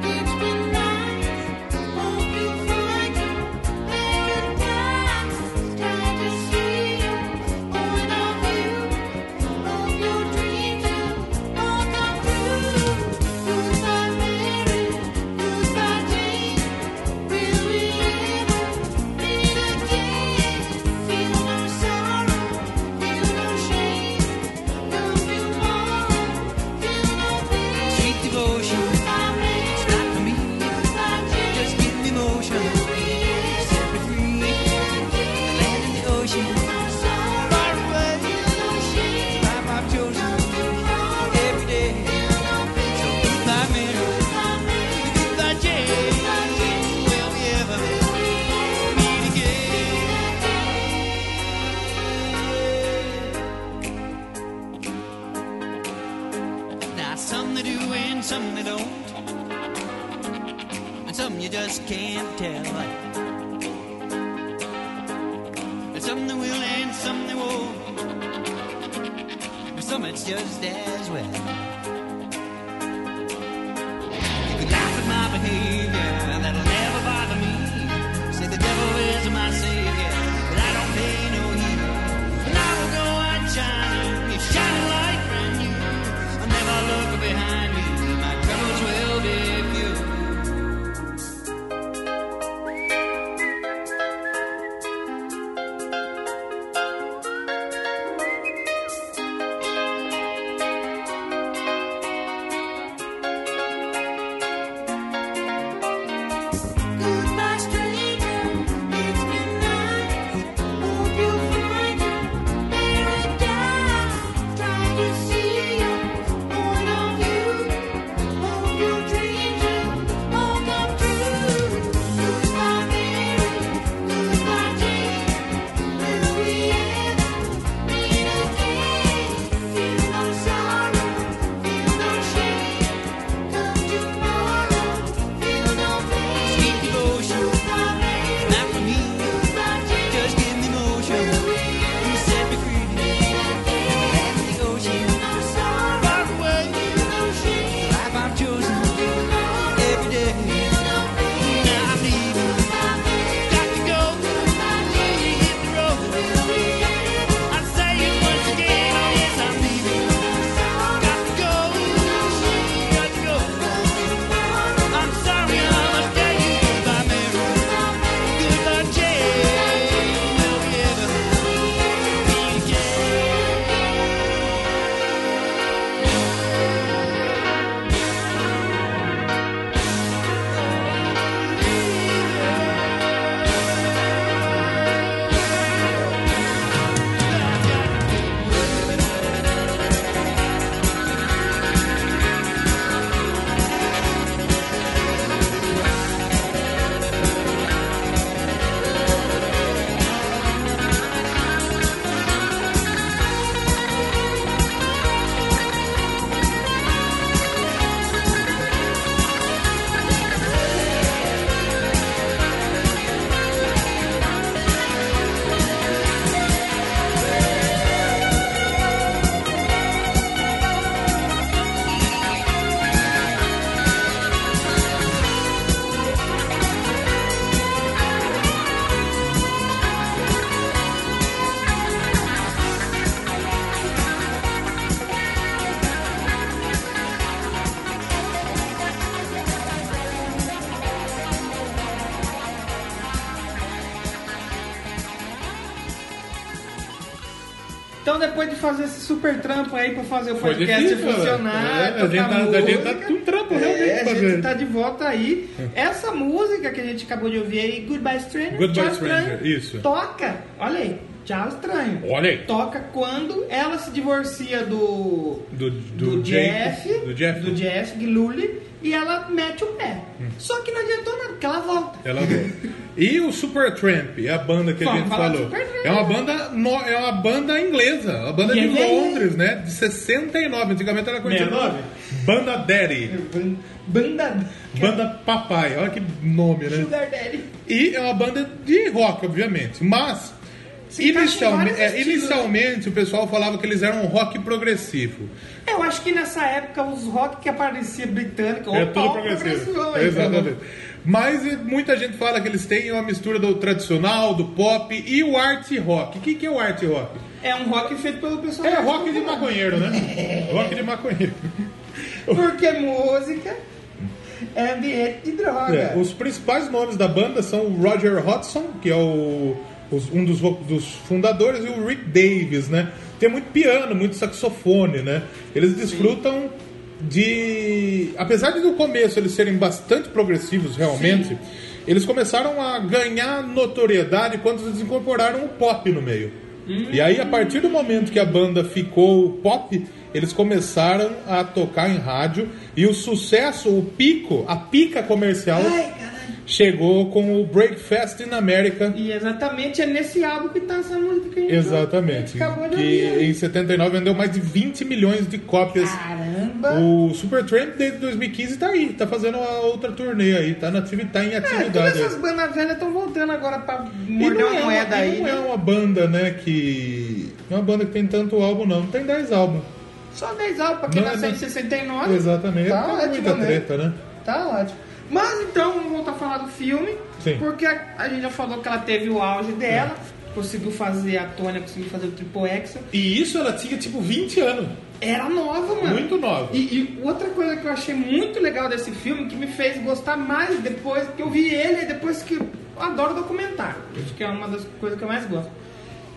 It's been nice. Hope you find your better times. Glad to see you. Going on you. Hope your dreams all come true. Goodbye, Mary. Goodbye, Jane. Will we ever meet again? Feel no sorrow. Feel no shame. Come tomorrow. Feel no pain. Sweet devotion, it's not for me. Just give me motion. Set me free. The land and the ocean. Far away. Life I've chosen. Every day. So goodbye, Mary. Goodbye, Jane. Will we ever meet again? Now some they do and some they don't. And some you just can't tell. And some they will and some they won't. And some it's just as well. You could laugh at my behavior, that'll never bother me. Say the devil is my savior, but I don't pay no heed. And I will go on shining, if shining like brand new. I'll never look behind me, my troubles will be few. Goodbye, stranger. It's been nice. Hope you find your paradise. Try to see your point of view. Hope your dreams all come true. Goodbye, Mary. Goodbye, Jane. Will we ever meet again? Feel no sorrow. Feel no shame. Come tomorrow. Feel no pain. Sweet devotion, not for me. Just give me motion, you set me free. Land and the ocean, far away. Life I've chosen, every day. Now I'm leaving, got to go. You hit the road. I say it once again, oh yes I'm leaving, got to go, got to go. I'm sorry, I must tell you goodbye, Mary. Goodbye, Jane. Will we ever meet again? Então, depois de fazer esse super trampo aí pra fazer o Foi podcast difícil, funcionar, é, a gente tocar tá- a música, gente tá com um trampo realmente é, a gente fazendo. tá de volta aí. Essa música que a gente acabou de ouvir aí, Goodbye Stranger, Goodbye Charles Stranger, Brown, isso. toca, olha aí, Tchau Estranho. Olha aí. Toca quando ela se divorcia do. Do- do Jeff, Jake- do Jeff. Hum. Do Jeff Gillulli, E ela mete o pé. Só que não adiantou nada, porque ela volta. Ela volta. E o Supertramp, a banda que a Vamos gente falar do falou. Supertramp. É uma banda, no- é uma banda inglesa, uma banda E de é velha. Londres, né? De 69, antigamente era conhecida. 69? Banda Daddy, Ban- Banda. banda Papai, olha que nome, né? Sugar Daddy. E é uma banda de rock, obviamente. Mas, inicialmente, vários é, estilos, né? inicialmente o pessoal falava que eles eram um rock progressivo. Eu acho que nessa época os rock que aparecia britânica. É opa, tudo o progressivo. progressivão aí, Exatamente. Mas e, muita gente fala que eles têm uma mistura do tradicional, do pop e o art rock. O que, que é o art rock? É um rock feito pelo pessoal. É rock de maconheiro, né? rock de maconheiro. Porque música é ambiente de droga. É, os principais nomes da banda são o Roger Hodgson, que é o, os- um dos, vo- dos fundadores, e o Rick Davis, né? Tem muito piano, muito saxofone, né? Eles desfrutam de. Apesar de no começo eles serem bastante progressivos realmente, eles começaram a ganhar notoriedade quando eles incorporaram o pop no meio. E aí, a partir do momento que a banda ficou pop, eles começaram a tocar em rádio e o sucesso, o pico, a pica comercial chegou com o Breakfast in America. E exatamente é nesse álbum que tá essa música que a gente Exatamente. acabou de Que ouvir. né? em 79 vendeu mais de 20 milhões de cópias. Caramba! O Supertramp desde 2015 tá aí, tá fazendo a outra turnê aí, tá, na, ativi- tá em É, todas atividade. essas bandas velhas estão voltando agora pra E morder uma é uma- moeda e aí. não né? é uma banda, né, que. Não é uma banda que tem tanto álbum, não. Tem 10 álbuns. Só 10 álbuns pra quem Não é nasceu em não. 69. Exatamente. Tá Tá ótimo, muita né? treta, né? Tá ótimo. Mas então, vamos voltar a falar do filme. Sim. É. Porque a, a gente já falou que ela teve o auge dela. Conseguiu fazer a Tônia, conseguiu fazer o Triple X. E isso ela tinha tipo 20 anos. Era nova, mano. Muito nova. E, e outra coisa que eu achei muito legal desse filme, que me fez gostar mais depois que eu vi ele, e depois que eu adoro documentário. Acho que é uma das coisas que eu mais gosto.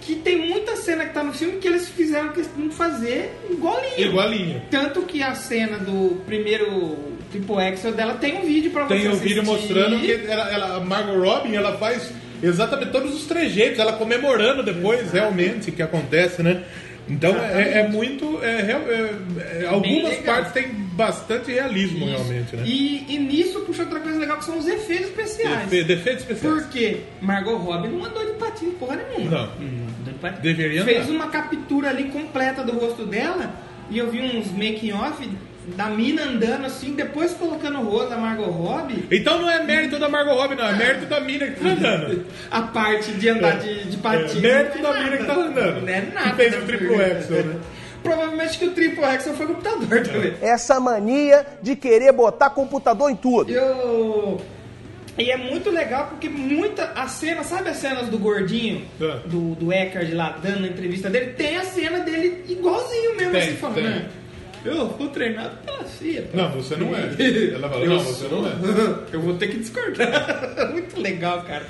Que tem muita cena que tá no filme que eles fizeram questão de fazer igualinho. Igualinho. Tanto que a cena do primeiro Triple Axel dela tem um vídeo pra você Tem o assistir. vídeo mostrando que ela, ela- a Margot Robin ela faz exatamente todos os trejeitos, ela comemorando depois realmente o que acontece, né? Então é, é muito. é real- é- é- algumas legal. partes têm bastante realismo realmente, né? E, e nisso puxa outra coisa legal que são os efeitos especiais. Defe- Defeitos especiais. Porque Margot Robbie não andou de patins porra nenhuma. Não. andou de patins. Deveria Fez andar. uma captura ali completa do rosto dela e eu vi uns making off da mina andando assim, depois colocando o rosto da Margot Robbie. Então não é mérito da Margot Robbie, não, é mérito da mina que tá Uhum. andando. A parte de andar de, de patins. É, mérito não da tem mina que nada. tá andando. Não é Que nada. fez o né, triple Fernando? axel, né? [laughs] É. Provavelmente que o triple axel foi computador também. Essa mania de querer botar computador em tudo. Eu... E é muito legal porque muita a cena, sabe as cenas do gordinho, É. do, do Eckhard lá dando a entrevista dele? Tem a cena dele igualzinho mesmo, Tem, assim, falando. tem. "Não, Eu fui treinado pela CIA. pô." Não, você não é. Ela fala, Eu não, você não é. [laughs] Eu vou ter que discordar. [laughs] muito legal, cara.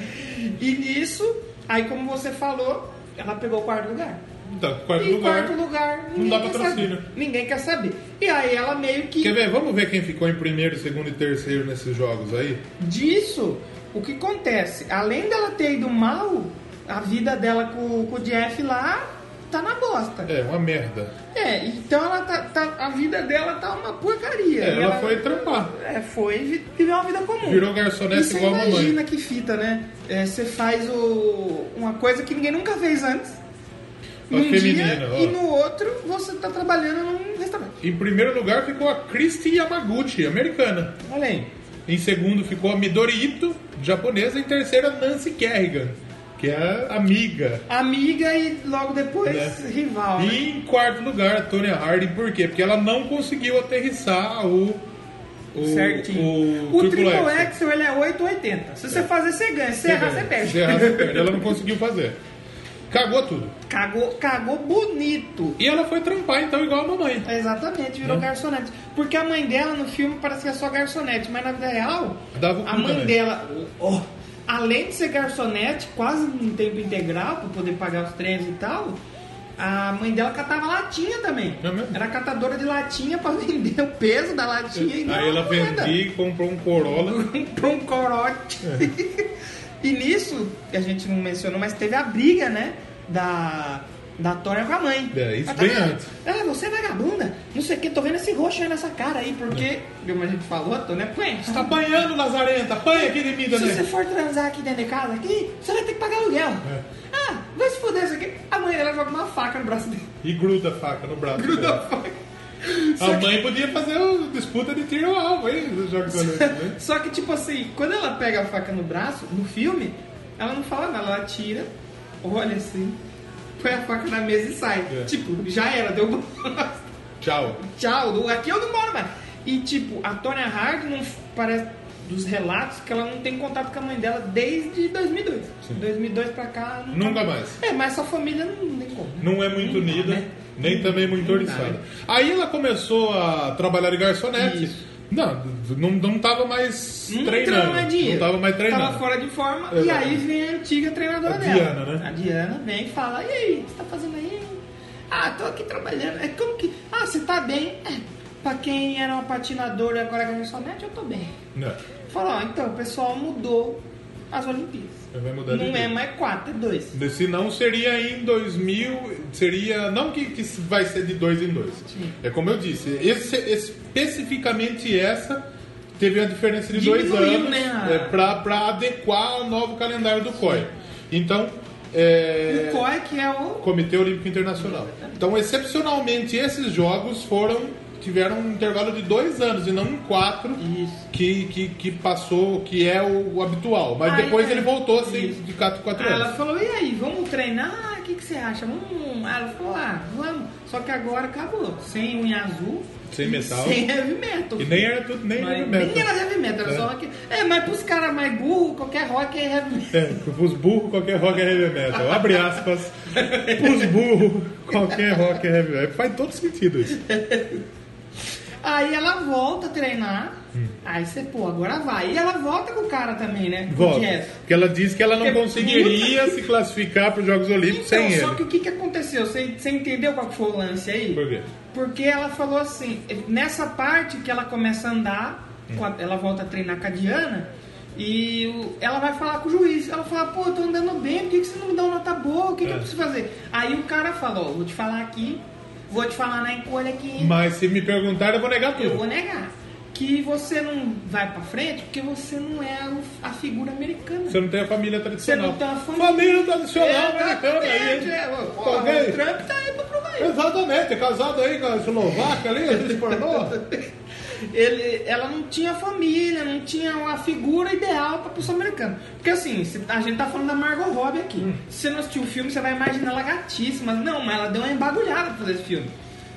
E nisso, aí como você falou, ela pegou o quarto lugar. Então, quarto e lugar. Tá, quarto lugar, Não ninguém dá quer patrocínio. saber. Ninguém quer saber. E aí ela meio que. Quer ver? Vamos ver quem ficou em primeiro, segundo e terceiro nesses jogos aí? Disso, o que acontece? Além dela ter ido mal, a vida dela com, com o Jeff lá tá na bosta. É, uma merda. É, então ela tá, tá- a vida dela tá uma porcaria. É, ela foi trampar. É, foi vi- viver uma vida comum. Virou garçonete E você igual a mamãe. imagina que fita, né? É, Você faz o, uma coisa que ninguém nunca fez antes. Ó, num feminina, dia ó. e no outro você tá trabalhando num restaurante. Em primeiro lugar ficou a Christy Yamaguchi, americana. Olha aí. Em segundo ficou a Midori Ito, japonesa. Em terceiro, a Nancy Kerrigan, que é amiga. Amiga e logo depois Né? rival. né? E em quarto lugar, a Tonya Hardy. Por quê? Porque ela não conseguiu aterrissar o... O, Certinho. O, O, triple Axel. axel ele é 880. Se você fazer, você ganha. Se você errar, você perde. Se errar, você perde. É, Ela não conseguiu fazer. Cagou tudo. Cagou, cagou bonito. E ela foi trampar, então, igual a mamãe. Exatamente, virou Né? garçonete. Porque a mãe dela no filme parece que é só garçonete, mas na vida real, Dava o cu a mãe também. dela, ó, além de ser garçonete, quase em tempo integral, pra poder pagar os trens e tal, a mãe dela catava latinha também. É mesmo? Era catadora de latinha pra [laughs] vender o peso da latinha. e não Aí ela a né? moeda. vendia e comprou um [laughs] Corolla. comprou um corote. E nisso, que a gente não mencionou, mas teve a briga, né? da, da Tória com a mãe. É, isso Ela bem "Ah, antes." Ah, você é vagabunda, não sei o que, tô vendo esse roxo aí nessa cara aí, porque. Como a gente falou, tô, né? Põe, você É. Tá né?" tá apanhando, Lazarenta, apanha aqui de mim se você também. for transar aqui dentro de casa, aqui, você vai ter que pagar aluguel. É. Ah, vai se foder isso aqui. A mãe dela joga uma faca no braço dele. E gruda a faca no braço. [laughs] Gruda a dela. faca. A mãe podia fazer o disputa de tiro ao alvo, hein? Dos jogos da noite, né? Só que, tipo assim, quando ela pega a faca no braço, no filme, ela não fala nada, ela tira, olha assim, põe a faca na mesa e sai. É. Tipo, já era, deu bom. Tchau. [laughs] Tchau, do- aqui eu não moro mais. E, tipo, a Tonya Hard, não f- parece dos relatos, que ela não tem contato com a mãe dela desde 2002. 2002 pra cá... não- Nunca mais. É, mas sua família não tem como. né? Não é muito dá, unida, né? nem também muito Não dá, oriçada. né? Aí ela começou a trabalhar de garçonete. Isso. Não, não, não tava mais Não treinando. entrava mais dinheiro. Não tava mais treinando. Tava fora de forma. E Exato. aí vem a antiga treinadora A dela. Diana, né? A Diana vem e fala: E aí, o que você tá fazendo aí? Ah, tô aqui trabalhando. É como que. Ah, você tá bem? É. Pra quem era uma patinadora e agora é garçonete, eu tô bem. Não, Fala, ó, então, o pessoal mudou as Olimpíadas. vai mudar de Não é ideia. mais quatro, é dois. Se não, seria em 2000. Seria. Não que, que vai ser de dois em dois. Sim. É como eu disse, esse- especificamente essa teve uma diferença de dois Diminuiu, anos né, a- é, para adequar ao novo calendário do COI. Então. É... O COI que é o. Comitê Olímpico Internacional. Então, excepcionalmente, esses jogos foram tiveram um intervalo de dois anos e não um quatro Isso. que, que, que passou, que é o, o habitual. Mas Ai, depois ai. ele voltou assim, é. Isso. de quatro, quatro Ah, ela anos. falou, e aí, vamos treinar? Ah, O que, que você acha? Vamos. Ah, ela falou, ah, vamos. Só que agora acabou. Sem unha azul. Sem metal. Sem heavy metal. E nem era tudo, nem Mas era Nem era meta. heavy metal, era É. só rock. É, mas pros caras mais burros, qualquer rock é heavy metal. É, pros burros qualquer rock é heavy metal. Abre aspas. Pros burros qualquer rock é heavy metal. Faz todo sentido isso. Aí ela volta a treinar, aí você, pô, agora vai. E ela volta com o cara também, né? Com o Volta. Jazz. Porque ela disse que ela não Porque conseguiria se classificar para os Jogos Olímpicos Então, Tipo, sem só ele. que o que, que aconteceu? Você, você entendeu qual que foi o lance aí? Por quê? Porque ela falou assim, nessa parte que ela começa a andar, com a- ela volta a treinar com a Diana, e o- ela vai falar com o juiz. Ela fala, pô, eu tô andando bem, por que, que você não me dá uma nota boa? O que, que É. eu preciso fazer? Aí o cara falou, vou te falar aqui, vou te falar na encolha aqui, Mas se me perguntarem, eu vou negar tudo. eu vou negar. Que você não vai pra frente porque você não é o- a figura americana. Você não tem a família tradicional. Você não tem a família. tradicional americana aí. exatamente, é, ó, Tá pô, ok? o Trump tá aí pra provar isso. Exatamente, é casado aí com a Eslovaca ali, a gente pornô. [laughs] Ele, ela não tinha família, não tinha uma figura ideal pra pessoa americana. Porque assim, se- a gente tá falando da Margot Robbie aqui. Hum. Se você não assistiu o filme, você vai imaginar ela gatíssima. Não, mas ela deu uma embagulhada pra fazer esse filme.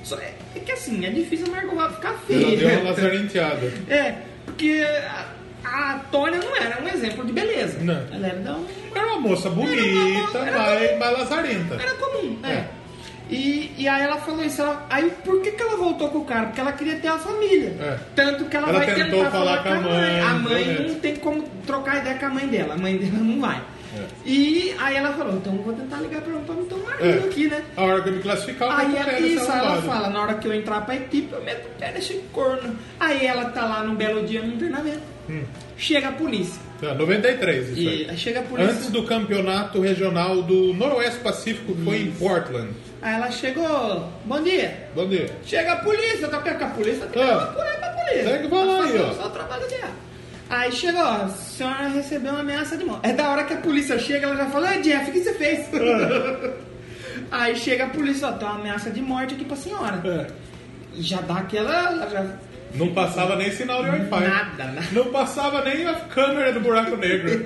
Só, é, é que assim, é difícil a Margot Robbie ficar Ela feia. deu uma lazarenteada. É, porque a, a Tônia não era um exemplo de beleza. Não. Ela era da Era uma moça Era bonita, uma- mas, mas lazarenta. Era comum, é. É. E, e aí ela falou isso, ela- aí por que, que ela voltou com o cara? Porque ela queria ter a família. É. Tanto que ela, Ela vai tentou tentar falar com a mãe, né? A mãe realmente. não tem como trocar ideia com a mãe dela, a mãe dela não vai. E aí ela falou, então eu vou tentar ligar pra, pra meu marido É. aqui, né? A hora que eu me classificar, eu Aí vou é pegar isso, essa ela arrombada. fala, na hora que eu entrar pra equipe, eu meto o pé nesse corno. Aí ela tá lá num belo dia no treinamento. Chega a polícia. É, 93, Hum. isso E aí. aí chega a polícia. Antes do campeonato regional do Noroeste Pacífico, que foi em Portland. Aí ela chegou, bom dia. Bom dia. Chega a polícia, tá perto da polícia, tem que É. levar a polícia pra polícia. Tá Tem que falar aí, ó. Só o trabalho dela. Aí chega, ó, a senhora recebeu uma ameaça de morte. É da hora que a polícia chega, ela já fala, é Jeff, o que você fez? [laughs] Ah. aí chega a polícia, ó, tem uma ameaça de morte aqui pra senhora. É. E já dá aquela. ela já- Não passava nem sinal de Wi-Fi. Nada, né? nada. Não passava nem a câmera do buraco [laughs] negro.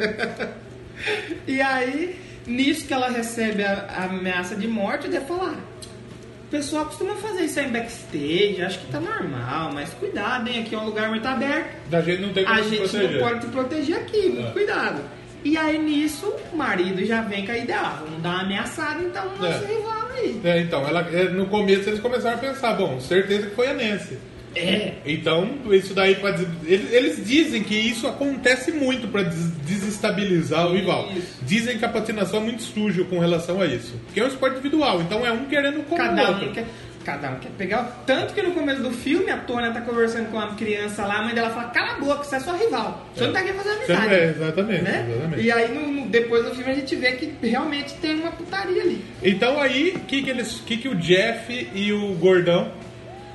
E aí, nisso que ela recebe a, a ameaça de morte, eu devo falar. O pessoal costuma fazer isso aí em backstage, acho que tá normal, mas cuidado, hein? Aqui é um lugar muito aberto. Da gente não tem como A se gente proteger. não pode te proteger aqui, muito É. cuidado. E aí nisso, o marido já vem com a ideia, ah, vamos dar uma ameaçada então no nosso É. rival aí. É, então, ela, é, no começo eles começaram a pensar, bom, certeza que foi a Nancy. É. Então, isso daí pra des- eles, eles dizem que isso acontece muito para desestabilizar o rival. Isso. Dizem que a patinação é muito sujo com relação a isso. Porque é um esporte individual, então é um querendo comer o Cada outro. um, quer, cada um quer pegar. o- Tanto que no começo do filme, a Tônia tá conversando com uma criança lá, a mãe dela fala, cala a boca, você é sua rival. Você não tá aqui fazendo Você não amizade. é, exatamente, né? exatamente. E aí no, no depois do filme a gente vê que realmente tem uma putaria ali. Então aí, o que, que, eles, que, que o Jeff e o Gordão.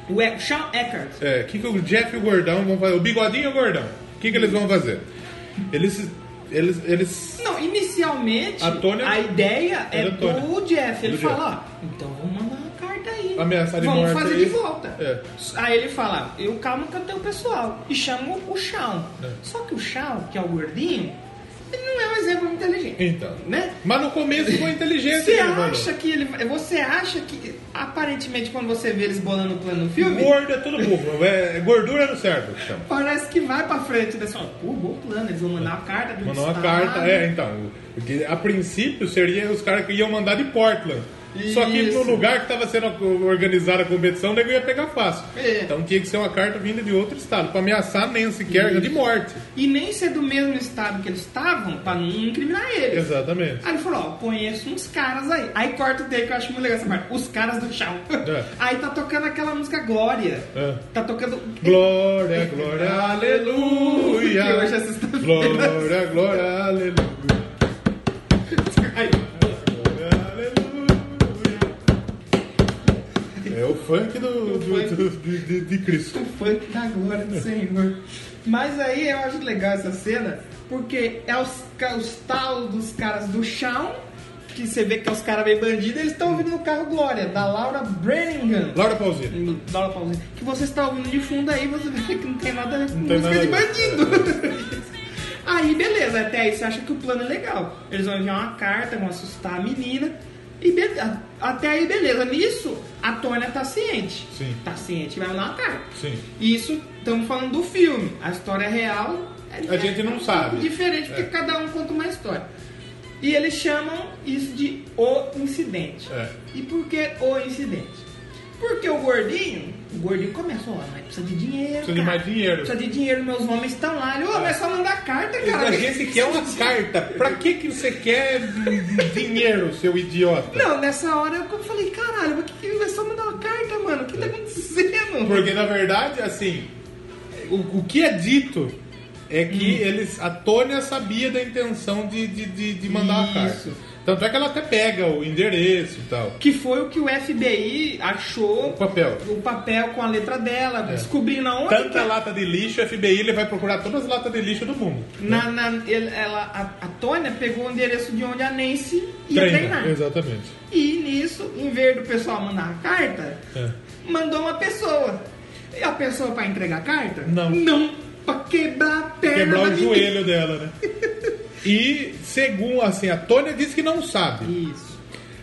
O E- Sean Eckhart. É, o que, que o Jeff e o Gordão vão fazer? O Bigodinho e o Gordão. O que, que eles vão fazer? Eles. Eles. eles Não, inicialmente A a, Tônia- ideia é era a Tônia. do Jeff. Ele Do fala, ó, então vamos mandar uma carta aí. Ameaçar de vamos morte fazer aí. de volta. É. Aí ele fala, eu calmo que eu tenho pessoal. E chama o Chão. É. Só que o Chão, que é o gordinho, ele não é um exemplo muito inteligente. então. Né? Mas no começo foi inteligente, Você né, mano? acha que ele. Você acha que. Aparentemente, quando você vê eles bolando o plano no filme, Gordo é tudo burro. É, gordura não serve, que chama. parece que vai pra frente. Né? Você fala, Pô, bom plano, eles vão mandar uma carta do Mandou uma estado. carta, é, então. porque A princípio seria os caras que iam mandar de Portland. Só que Isso. no lugar que estava sendo organizada a competição, o nego ia pegar fácil. É. Então tinha que ser uma carta vinda de outro estado, pra ameaçar nem sequer de morte. E nem ser do mesmo estado que eles estavam pra não incriminar eles. Exatamente. Aí ele falou, ó, conheço uns caras aí. Aí corta o dele que eu acho muito legal essa parte. Os caras do chão. É. [laughs] Aí tá tocando aquela música Glória. É. Tá tocando. Glória, glória, aleluia. Que hoje é sexta-feira. Glória, glória, aleluia. [laughs] Aí, glória, aleluia. É o funk do, do- do- de, de- de Cristo. o funk da glória É. do Senhor. Mas aí eu acho legal essa cena, porque é os, ca- os tal dos caras do chão, que você vê que é os caras meio bandidos, eles estão ouvindo o carro Glória, da Laura Brenningham. Laura Pausini. No- dá uma pausa. Hum, que você está ouvindo de fundo aí, você vê que não tem nada a ver com tem música de nada a ver. bandido. [laughs] aí, beleza, até aí você acha que o plano é legal. Eles vão enviar uma carta, vão assustar a menina. E be- a- até aí, beleza. Nisso, a Tônia tá ciente. Sim. Tá ciente, vai mandar uma carta. Sim. Isso, estamos falando do filme. A história real é, A gente não um sabe. pouco diferente, porque É. cada um conta uma história. E eles chamam isso de o incidente. É. E por que o incidente? Porque o gordinho, o gordinho começou, ó, mas precisa de dinheiro. Precisa de cara. mais dinheiro. Precisa de dinheiro, meus homens estão lá. Ele, ô, mas é só mandar carta, cara. A gente quer uma carta. Pra que, que você quer dinheiro, seu idiota? Não, nessa hora eu falei, caralho, mas que que é só mandar uma carta, mano? O que tá acontecendo? É. Porque na verdade, assim, o, o que é dito é Hum. que eles. A Tônia sabia da intenção de, de, de, de mandar a carta. Isso. Tanto é que ela até pega o endereço e tal. Que foi o que o FBI achou. O papel. É. O papel com a letra dela, descobrindo aonde. que- Tanta lata de lixo, o FBI ele vai procurar todas as latas de lixo do mundo. Na, na, ele- ela, a, a Tônia pegou o endereço de onde a Nancy ia treinar. Exatamente. E nisso, em vez do pessoal mandar a carta, É. mandou uma pessoa. E a pessoa pra entregar a carta? Não. Não, pra quebrar a perna da Quebrar o menina. joelho dela, [laughs] né? E, segundo, assim, a Tônia disse que não sabe. Isso.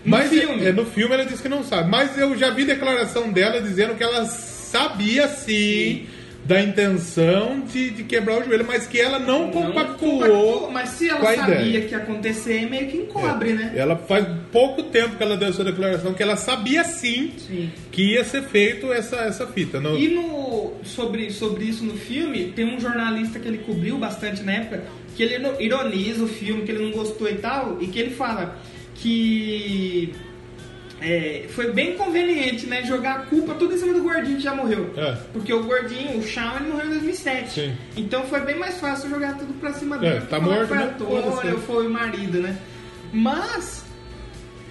No Mas filme. É, no filme ela disse que não sabe. Mas eu já vi declaração dela dizendo que ela sabia sim, da intenção de, de quebrar o joelho, mas que ela não, compactuou. Mas se ela com a sabia ideia. É. que ia acontecer, meio que encobre, né? Ela faz pouco tempo que ela deu essa declaração que ela sabia sim, Sim. que ia ser feito essa, essa fita. Não, E no, sobre, sobre isso no filme, tem um jornalista que ele cobriu bastante na época, que ele no- ironiza o filme, que ele não gostou e tal, e que ele fala que é, foi bem conveniente, né, jogar a culpa tudo em cima do gordinho que já morreu. É. Porque o gordinho, o Shawn, ele morreu em 2007. Sim. Então foi bem mais fácil jogar tudo pra cima dele. É, tá porque morto, Foi a né? Foda-se. Tônia, foi o marido, né? Mas...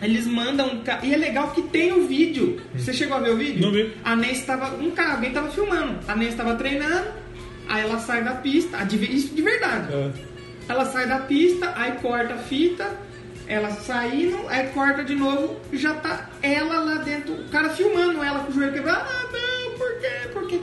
Eles mandam um carro. E é legal que tem o vídeo. Você chegou a ver o vídeo? Hum. Não vi. A Nancy tava. Um carro, alguém tava filmando. A Nancy tava treinando, aí ela sai da pista. a de ve- Isso de verdade. É. Ela sai da pista, aí corta a fita, ela saindo, aí corta de novo, já tá ela lá dentro, o cara filmando ela com o joelho quebrado. Ah, não, por quê? Por quê?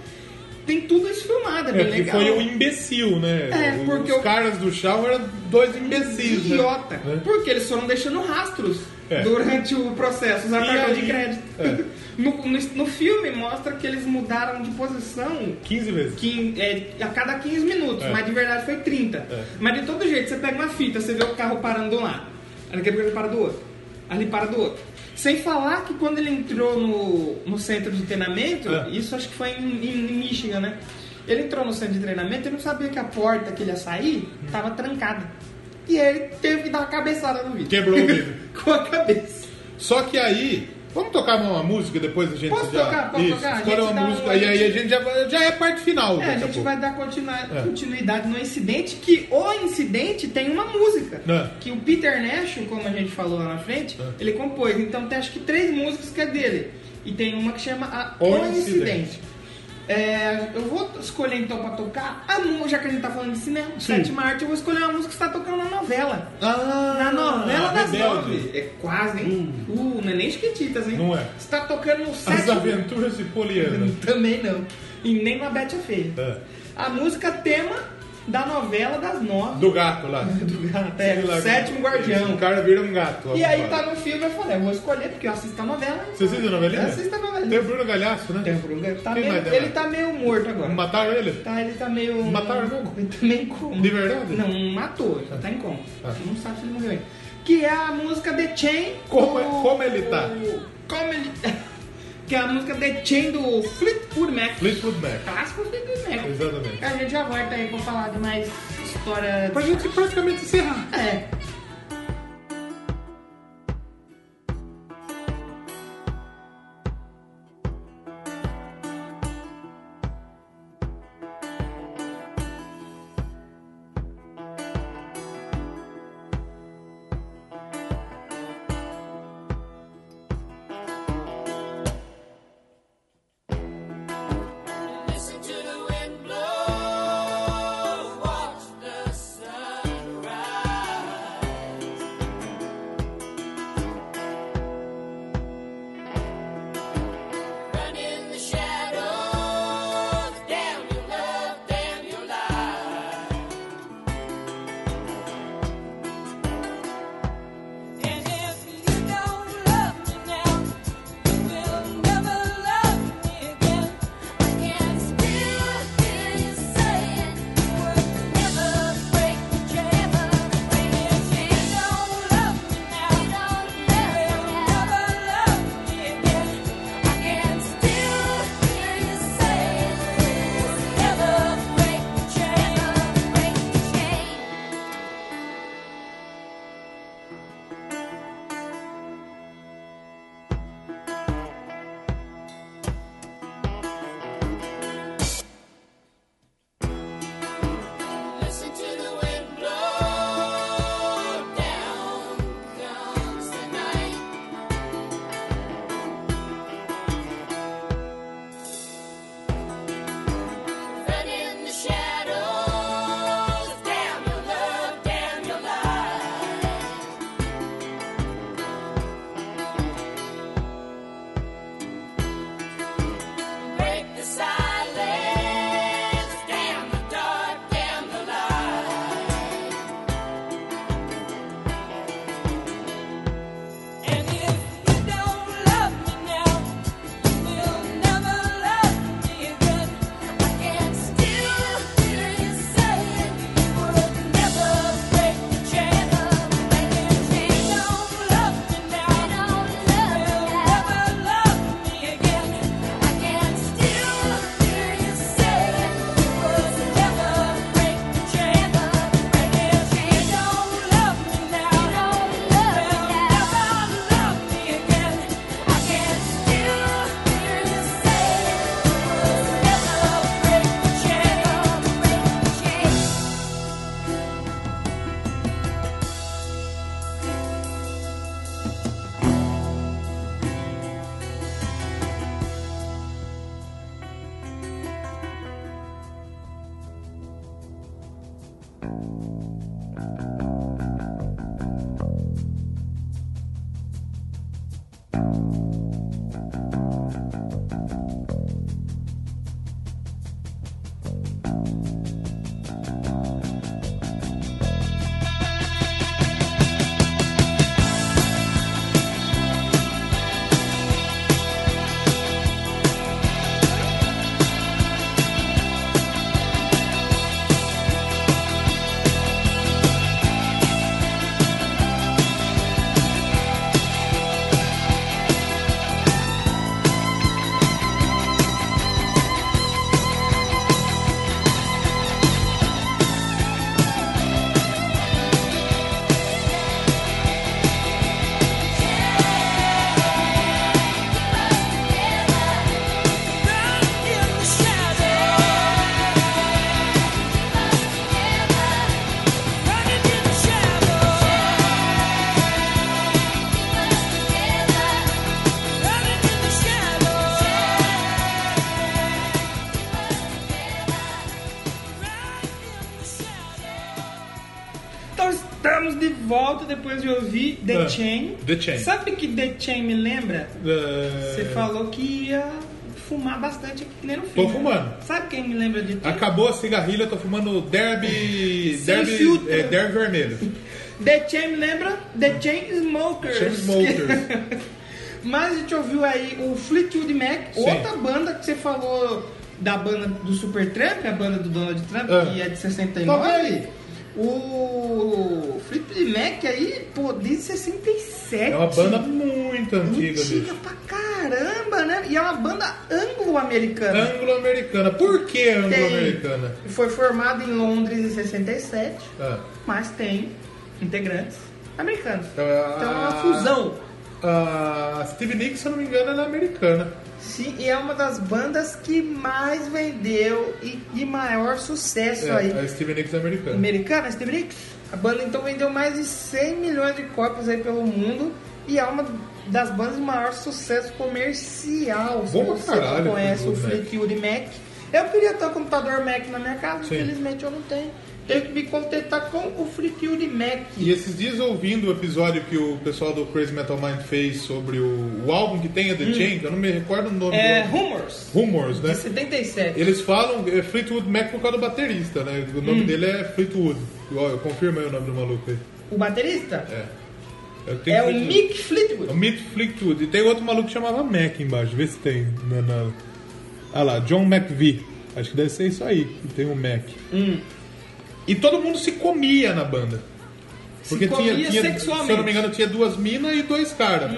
Tem tudo isso filmado, é É, bem porque legal. foi um imbecil, né? É, porque Os o- caras do chão eram dois imbecis. né? Idiota. É. Porque eles foram deixando rastros É. durante o processo, usar E cartão aí- de crédito. É. [laughs] No, no- no filme mostra que eles mudaram de posição 15 vezes. quin- é, a cada 15 minutos, É. mas de verdade foi 30. É. Mas de todo jeito, você pega uma fita, você vê o carro parando de um lado. Aí daqui a pouco ele para do outro. Ali para do outro. Sem falar que quando ele entrou no, no centro de treinamento, É. isso acho que foi em, em- em Michigan, né? Ele entrou no centro de treinamento e não sabia que a porta que ele ia sair estava trancada. E aí ele teve que dar uma cabeçada no vidro. [laughs] Quebrou o vidro. Com a cabeça. Só que aí, Vamos tocar uma música depois a gente Posso já. tocar? Posso Isso, tocar? A escolha gente uma dá um- música a e aí a gente- gente já, vai- já é parte final. É, a daqui gente pouco. vai dar continua- É. continuidade no incidente, que o incidente tem uma música. É. Que o Peter Nash, como a gente falou lá na frente, É. ele compôs. Então tem acho que três músicas que é dele. E tem uma que chama a O O, Incidente. Incidente. É, eu vou escolher então pra tocar, a, mu- já que a gente tá falando de cinema, sétima arte, eu vou escolher uma música que está tocando na novela. Ah, Na novela das Rebelde. Hum. nove. É quase, hein? Uh, não é nem Chiquititas, hein? Não é. Está tocando no As sétimo aventuras de Poliana. também não. E nem na Bete a Feia. É. A música tema da novela das nove Do gato lá. do gato. É, Sei lá, o sétimo guardião. O cara vira um gato. lá E aí fora. tá no filme, eu falei, eu vou escolher, porque eu assisto a novela. Você assiste a novelinha? Eu assisto a novelinha. Tem o Bruno Galhaço, né? Tem um problema. Tá Quem meio- mais tem ele lá? tá meio morto agora. Mataram ele? Tá, ele tá meio. Mataram ele? [laughs] Ele tá meio em coma. De verdade? Não, matou, ele já tá em coma. Ah. Não sabe se ele morreu ainda. Que é a música The Chain. Como do- é- como ele tá? Como ele. [laughs] que é a música The Chain do Fleetwood Mac. Fleetwood Mac. clássico Fleetwood Mac. Exatamente. A gente já volta aí pra falar de mais história. Pra gente praticamente encerrar. É. Listen to the wind blow, watch the sun rise. Então, volta depois de ouvir The Ah, Chain. The Chain. Sabe que The Chain me lembra? É, Você falou que ia fumar bastante aqui que nem no Tô filme. fumando. Sabe quem me lembra de The Acabou a cigarrilha, eu tô fumando derby. Sem derby, filtro. é, derby vermelho. The Chain me lembra The Chain Smokers. Hum. Chain Smokers. [laughs] Mas a gente ouviu aí o Fleetwood Mac, Sim. outra banda que você falou da banda do Supertramp, a banda do Donald Trump, Ah. que é de Tá 69. bem. o Fleetwood Mac aí, pô, desde 67. É uma banda muito antiga, antiga bicho. pra caramba, né? E é uma banda anglo-americana. Anglo-americana. Por que é Tem- anglo-americana? Foi formada em Londres em 67, Ah, mas tem integrantes americanos. Então é- então é uma fusão. Ah, a Steve Nicks, se eu não me engano, ela é americana. Sim, e é uma das bandas que mais vendeu e de maior sucesso É, aí. a Steve Nicks é americana. Americana, Steve Nicks. A banda então vendeu mais de 100 milhões de cópias aí pelo mundo e é uma das bandas de maior sucesso comercial. Se Bom pra você não caralho, conhece o Fleetwood Fleetwood Mac. Mac. Eu queria ter um computador Mac na minha casa, Sim. infelizmente eu não tenho. Tenho que me contentar com o Fleetwood Mac. E esses dias ouvindo o episódio que o pessoal do Crazy Metal Mind fez sobre o, o álbum que tem a The Chain, que eu não me recordo o nome. Hum. É, do álbum. Rumors, Rumors, de né? 77. Eles falam é Fleetwood Mac por causa do baterista, né? O Hum. nome dele é Fleetwood. Ó, eu confirmo aí o nome do maluco aí. O baterista É. Eu tenho é o Fleetwood. Mick É Fleetwood. O Mick Fleetwood. E tem outro maluco que chamava Mac embaixo. Vê se tem. Na, na... Ah lá, John McVie. Acho que deve ser isso aí. Que tem o Mac. Hum. E todo mundo se comia na banda. Porque comia tinha, tinha sexualmente. Hum. se eu não me engano, tinha duas minas e dois caras.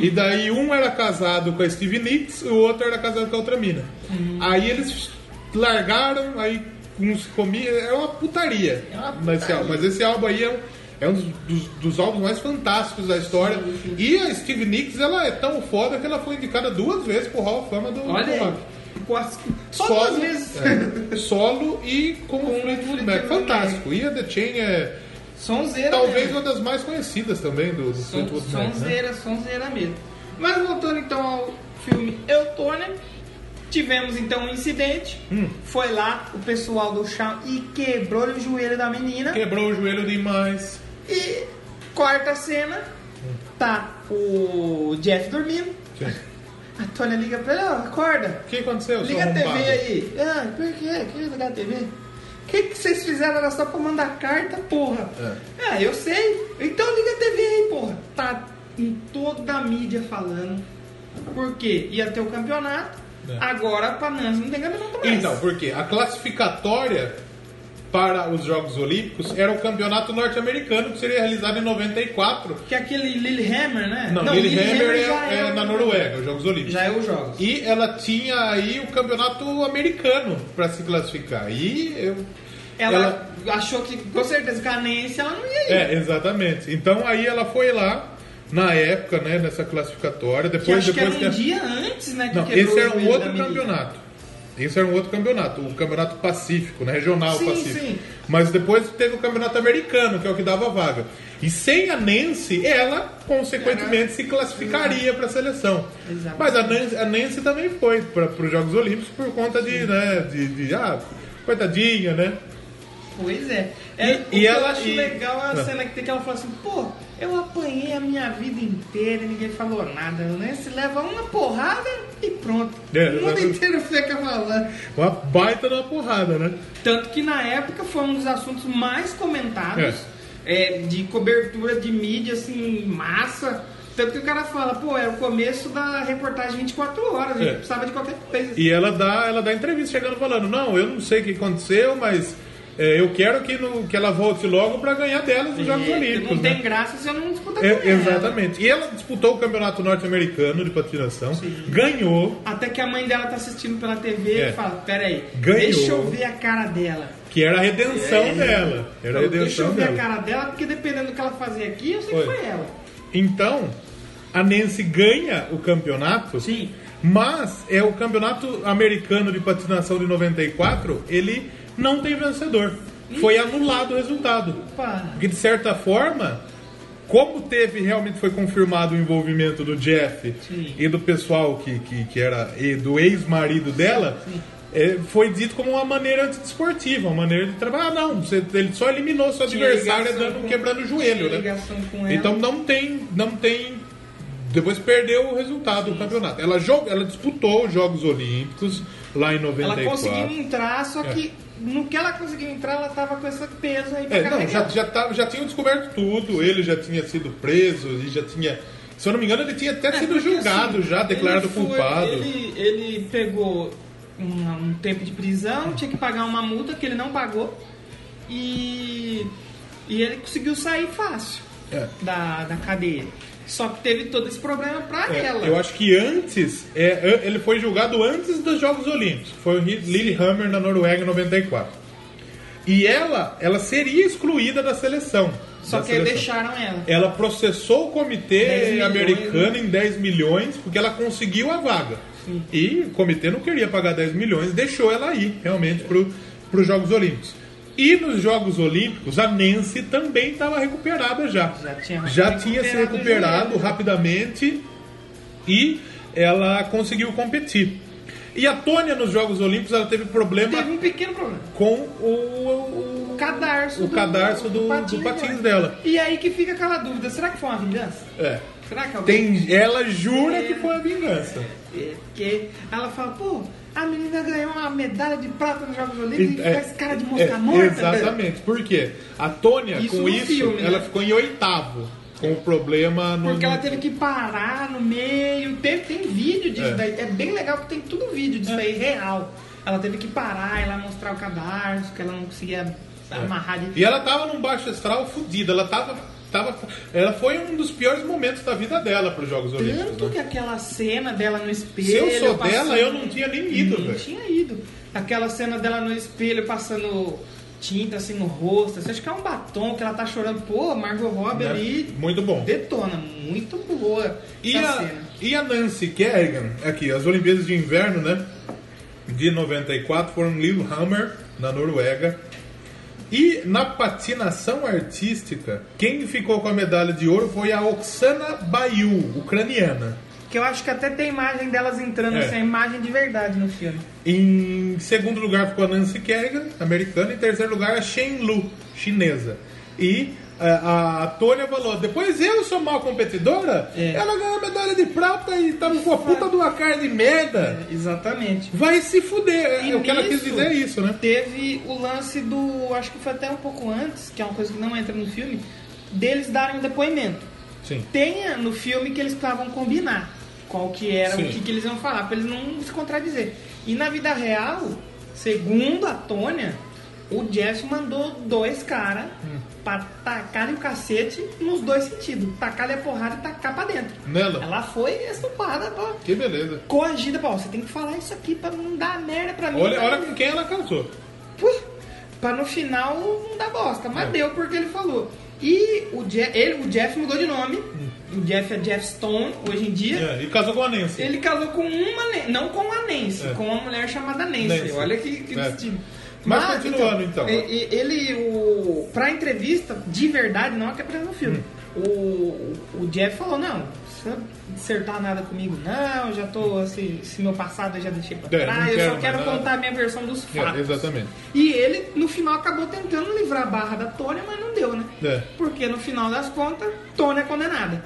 E daí um era casado com a Steve Nicks e o outro era casado com a outra mina. Hum. Aí eles largaram, aí uns comiam. É uma putaria. É uma Mas, esse álbum- mas esse álbum aí é um, é um dos, dos álbuns mais fantásticos da história. E a Steve Nicks, ela é tão foda que ela foi indicada duas vezes pro Hall of Fama do do Olha aí. rock. Só Solo, duas vezes. é, solo e com o Fleetwood Fleetwood Mac. Mac. Fantástico. E a The Chain é Sonzeira talvez mesmo. uma das mais conhecidas também do, do Son, Fleetwood Mac. Né? sonzeira, sonzeira mesmo. Mas voltando então ao filme Eutônia, tivemos então um incidente. Foi lá o pessoal do chão e quebrou o joelho da menina. Quebrou o [laughs] joelho demais. E corta a cena, tá o Jeff dormindo. O A Tônia liga pra ele, ó, acorda. que aconteceu, seu Liga a TV arrombado? aí. Ah, por quê? Quer ligar a TV? O que, que vocês fizeram? Era só pra mandar carta, porra. É. Ah, eu sei. Então liga a TV aí, porra. Tá em toda a mídia falando. Porque ia ter o campeonato. É. Agora pra Nancy não tem campeonato mais. Então, porque a classificatória para os Jogos Olímpicos era o campeonato norte-americano que seria realizado em 94. Que é aquele Lillehammer, né? Não, Lillehammer é, já é o- na Noruega, os Jogos Olímpicos. Já é os jogos. E ela tinha aí o campeonato americano para se classificar. E eu. Ela, achou que, com certeza, Canense ela não ia ir. É, exatamente. Então aí ela foi lá, na época, né, nessa classificatória. que Depois, acho que depois era um que a- dia antes, né? Que Não, quebrou esse era o um joelho outro da menina. campeonato. Esse era um outro campeonato, o campeonato pacífico, né? Regional Sim, pacífico. sim. Mas depois teve o campeonato americano, que é o que dava vaga. E sem a Nancy, ela, consequentemente, se classificaria para a seleção. Exato. Mas a Nancy, a Nancy também foi para os Jogos Olímpicos por conta de, né, de, de, ah, coitadinha, né? Pois é. É, E- o e que eu ela- acho e- legal é a Ah. cena que tem que ela fala assim, pô, eu apanhei a minha vida inteira e ninguém falou nada, né? Se leva uma porrada e pronto. É, o mundo mas- inteiro fica falando. Uma baita de uma porrada, né? Tanto que na época foi um dos assuntos mais comentados é, de cobertura de mídia, assim, em massa. Tanto que o cara fala, pô, é o começo da reportagem 24 horas, a gente É. precisava de qualquer coisa. E ela dá, ela dá entrevista chegando falando, não, eu não sei o que aconteceu, mas é, eu quero que, no- que ela volte logo para ganhar delas nos Jogos É, Olímpicos. não né? tem graça se eu não disputar É, com ela. exatamente. E ela disputou o campeonato norte-americano de patinação, ganhou, Até que a mãe dela tá assistindo pela TV É. e fala, peraí, Ganhou. deixa eu ver a cara dela. que era a redenção dela. Era Não, a É. Então, deixa eu redenção ver dela. a cara dela, porque dependendo do que ela fazer aqui, eu sei que Foi. foi ela. Então, a Nancy ganha o campeonato. Sim. Mas é o campeonato americano de patinação de 94, ele não tem vencedor. Foi anulado o resultado. Opa. Porque de certa forma, como teve realmente foi confirmado o envolvimento do Jeff Sim. e do pessoal que, que, que era e do ex-marido dela, é, foi dito como uma maneira desportiva, uma maneira de trabalhar. Ah, não, você- ele só eliminou seu Tinha adversário ligação é dando, com- quebrando o joelho, tinha né? ligação com ela. Então não tem, não tem. Depois perdeu o resultado do campeonato. Ela, joga, ela disputou os Jogos Olímpicos lá em Ela 94. conseguiu entrar, só É. que no que ela conseguiu entrar, ela tava com esse peso aí pra É, não, carregar. já, já, tava- já tinham descoberto tudo, ele já tinha sido preso e já tinha. Se eu não me engano, ele tinha até É, sido porque, Tá julgado assim, já, declarado ele foi- culpado. Ele, ele pegou um, um tempo de prisão, tinha que pagar uma multa que ele não pagou e, e ele conseguiu sair fácil É. da, da cadeia. Só que teve todo esse problema pra É, ela. eu acho que antes, é, an- ele foi julgado antes dos Jogos Olímpicos. Foi o Ri- Lillehammer na Noruega em 94. E ela, ela seria excluída da seleção. Só da que aí seleção. deixaram ela. Ela processou o 10 comitê milhões, né? americano em 10 milhões porque ela conseguiu a vaga. E o comitê não queria pagar 10 milhões, deixou ela ir realmente para os Jogos Olímpicos. E nos Jogos Olímpicos, a Nancy também estava recuperada já. Já tinha tinha recuperado se o recuperado joelho. rapidamente e ela conseguiu competir. E a Tônia nos Jogos Olímpicos ela teve problema Teve um pequeno problema. com o, o- O cadarço, o cadarço do, do patins, dela. né? E aí que fica aquela dúvida, será que foi uma vingança? É. Será que alguém Tem, ela jura que foi a vingança. É, Porque ela fala, pô, a menina ganhou uma medalha de prata nos Jogos Olímpicos e, É, faz cara de é, mosca morta. Exatamente. Por quê? A Tônia, Isso com no isso, filme, né? ela ficou em oitavo. Com o problema no. Porque ela teve que parar no meio. Tem, tem vídeo disso É. daí. É bem legal porque tem tudo vídeo disso aí, real. Ela teve que parar, ela mostrar o cadarço, que ela não conseguia amarrar de. É. E ela tava num baixo astral fudida. Ela tava. tava ela foi um dos piores momentos da vida dela para os Jogos Olímpicos. Tanto né? que aquela cena dela no espelho. Se eu sou passando- dela, eu não tinha nem ido, Não velho. tinha ido. Aquela cena dela no espelho passando tinta assim no rosto. Assim, acho que é um batom que ela tá chorando. Pô, Margot Robbie Né? ali Muito bom. detona. Muito boa E essa a, cena. e a Nancy Kerrigan, aqui, as Olimpíadas de Inverno, né? De 94 foram em Lillehammer, na Noruega. E na patinação artística, quem ficou com a medalha de ouro foi a Oksana Bayu, ucraniana. Que eu acho que até tem imagem delas entrando, É. assim, a imagem de verdade no filme. Em segundo lugar ficou a Nancy Kerrigan, americana. Em terceiro lugar a Shen Lu, chinesa. E eh, a, a Tônia falou, depois eu sou mal competidora, É. ela ganhou a medalha de prata e tava com a puta né? de uma carne merda. Exatamente. Vai se fuder. E é o que ela quis nisso- dizer é isso, né? Teve o lance do. Acho que foi até um pouco antes, que é uma coisa que não entra no filme, deles darem um depoimento. Sim. tenha no filme que eles precisavam combinar qual que era, Sim. o que, que eles iam falar, pra eles não se contradizer. E na vida real, segundo a Tônia, o Jeff mandou dois caras Hum. pra tacarem o cacete nos dois sentidos. Tacar a porrada e tacar pra dentro. Nela. Ela foi estupada pra... Que beleza. Corrigida, pô, você tem que falar isso aqui pra não dar merda pra mim. né? Olha, pra- olha com quem ela casou. Puh, pra no final não dar bosta. Mas É. deu porque ele falou. E o, Je ele, o Jeff mudou de nome. O Jeff é Jeff Stone hoje em dia. Hum. É, e casou com a Nancy. Ele casou com uma, Nan- não com a Nancy, É. com uma mulher chamada Nancy. Nancy. Olha que, que É. destino. Mas continuando, então. e- e- Ele, o, pra entrevista, de verdade, não é que apareceu no filme. Hum. O, o Jeff falou: Não, não precisa dissertar nada comigo, não. Eu já tô. Esse, esse meu passado eu já deixei pra É, não trás. eu quero só quero mais nada." contar a minha versão dos É, fatos. exatamente. E ele, no final, acabou tentando livrar a barra da Tônia, mas não deu, né? É. Porque no final das contas, Tônia é condenada.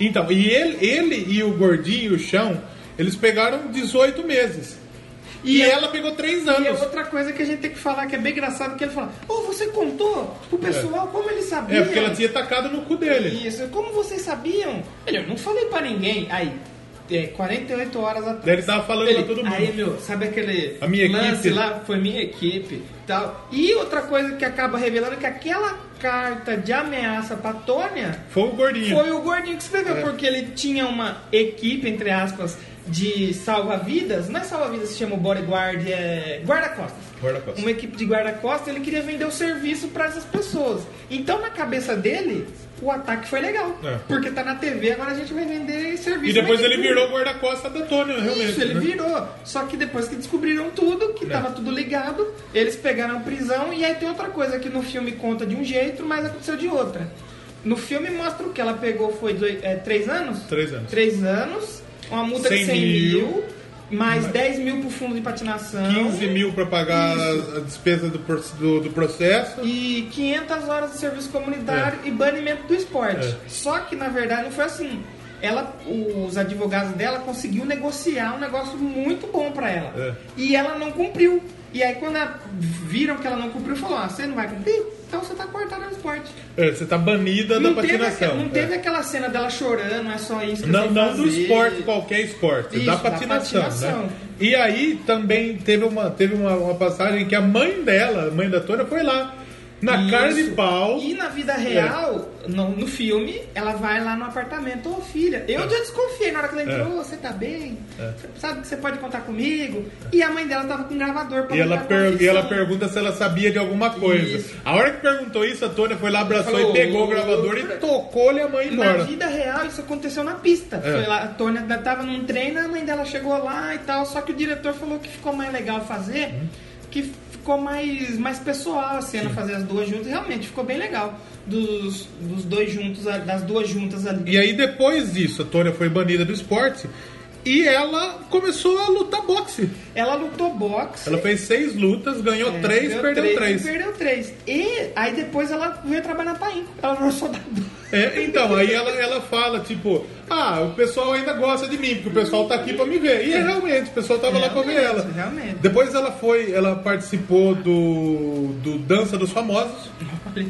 Então, e ele, ele e o gordinho, o chão, eles pegaram 18 meses. E, E é- ela pegou 3 E é anos. outra coisa que a gente tem que falar que é bem engraçado que ele fala: Ô, você contou pro pessoal como eles sabiam? É, porque ela tinha tacado no cu dele. Isso, como vocês sabiam? Ele, eu não falei pra ninguém. Aí, é, 48 horas atrás. Daí ele tava falando pra todo mundo. Aí, meu, sabe aquele A minha lance equipe. lá? Foi minha equipe tal. E outra coisa que acaba revelando é que aquela carta de ameaça pra Tônia Foi É. o gordinho. foi o gordinho que escreveu, porque ele tinha uma equipe, entre aspas, de salva-vidas. Não é salva-vidas, se chama bodyguard, é guarda-costas. Guarda-costas. Uma equipe de guarda-costas, ele queria vender o serviço pra essas pessoas. Então, na cabeça dele, o ataque foi legal. É. Porque tá na TV, agora a gente vai vender serviço. E depois na ele equipe. virou o guarda-costas da Tônia, realmente. Isso, ele né? É. virou. Só que depois que descobriram tudo, que tava tudo ligado, eles pegaram a prisão. E aí tem outra coisa que no filme conta de um jeito, mas aconteceu de outra. No filme mostra o que ela pegou foi 3 anos? Três anos. Três anos, uma multa de 100 100 mil. mil. mais 10 mil pro fundo de patinação 15 mil para pagar a, a despesa do, proce- do, do processo. e 500 horas de serviço É. comunitário e banimento do esporte. Só que na verdade não foi assim. Ela, os advogados dela conseguiu negociar um negócio muito bom pra ela. É. E ela não cumpriu. E aí quando ela- viram que ela não cumpriu, falou: "Ah, você não vai cumprir? Então você tá cortada do esporte". É, você tá banida Não da teve, aquela, patinação. não É. teve aquela cena dela chorando, é só isso que eu Não, sei não do fazer. esporte, qualquer esporte, Isso, da da patinação. patinação. Né? E aí também teve, uma, teve uma, uma passagem que a mãe dela, a mãe da Tônia, foi lá. Na Isso. cara de pau. É. E na vida real, no, no filme, ela vai lá no apartamento. Ô filha, eu É. já desconfiei na hora que ela entrou. Você tá bem? Sabe que você pode contar comigo? E a mãe dela tava com um gravador pra E ela, mandar per- e ela confissão. pergunta se ela sabia de alguma coisa. Isso. A hora que perguntou isso, a Tônia foi lá, abraçou Falou, e pegou o gravador e tocou-lhe a mãe Na embora. vida real, isso aconteceu na pista. É. Foi lá, a Tônia ainda tava num treino, a mãe dela chegou lá e tal. Só que o diretor falou que ficou mais legal fazer, Uhum. que ficou mais, mais pessoal a cena, fazer as duas juntas. Realmente, ficou bem legal. Dos, dos dois juntos, a- das duas juntas ali. E aí depois disso, a Tônia foi banida do esporte e ela começou a lutar boxe. Ela lutou boxe. Ela fez seis lutas, ganhou É, três, ganhou perdeu três. e Perdeu três. E aí depois ela veio trabalhar na Paim. Ela virou soldadora. É, então, aí ela, ela fala, tipo, ah, o pessoal ainda gosta de mim, porque o pessoal tá aqui pra me ver. E é realmente, o pessoal tava lá pra ver Realmente, ela. realmente. Depois ela foi, ela participou do, do Dança dos Famosos.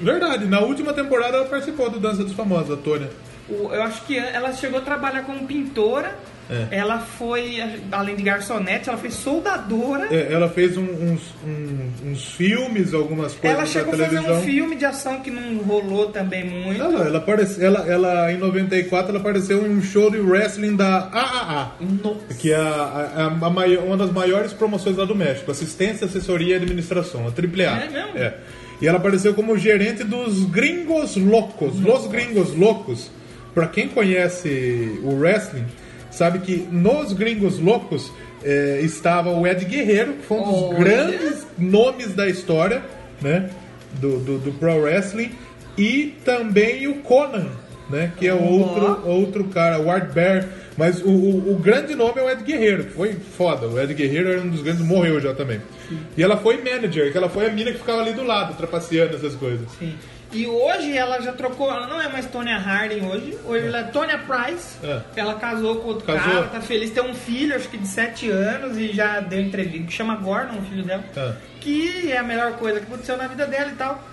Verdade, na última temporada ela participou do Dança dos Famosos, a Tônia. O- Eu acho que ela chegou a trabalhar como pintora. É. Ela foi, além de garçonete, ela foi soldadora. É, ela fez um- uns, um- uns filmes, algumas coisas Ela chegou a pra fazer televisão. um filme de ação que não rolou também muito. Ela, ela, aparece, ela, ela, em 94, ela apareceu em um show de wrestling da AAA. Nossa. Que é a, a, a mai- uma das maiores promoções lá do México. Assistência, assessoria e administração. A AAA. É mesmo? E ela apareceu como gerente dos Gringos Locos. Los Gringos Locos. Pra quem conhece o wrestling, sabe que nos Gringos Locos eh, estava o Ed Guerreiro, que foi um dos Olha. grandes nomes da história, né? Do, do, do pro wrestling. E também o Conan, né? Que é outro, outro cara, o Art Bear. Mas o, o, o grande nome é o Ed Guerreiro, que foi foda. O Ed Guerreiro era um dos grandes, morreu já também. E ela foi manager, que ela foi a mina que ficava ali do lado, trapaceando essas coisas. Sim. E hoje ela já trocou, ela não é mais Tonya Harding hoje, hoje ela é Tonya Price. É. Ela casou com outro Casou. cara, tá feliz, tem um filho, acho que de 7 anos, e já deu entrevista, que chama Gordon, o filho dela, É. que é a melhor coisa que aconteceu na vida dela e tal.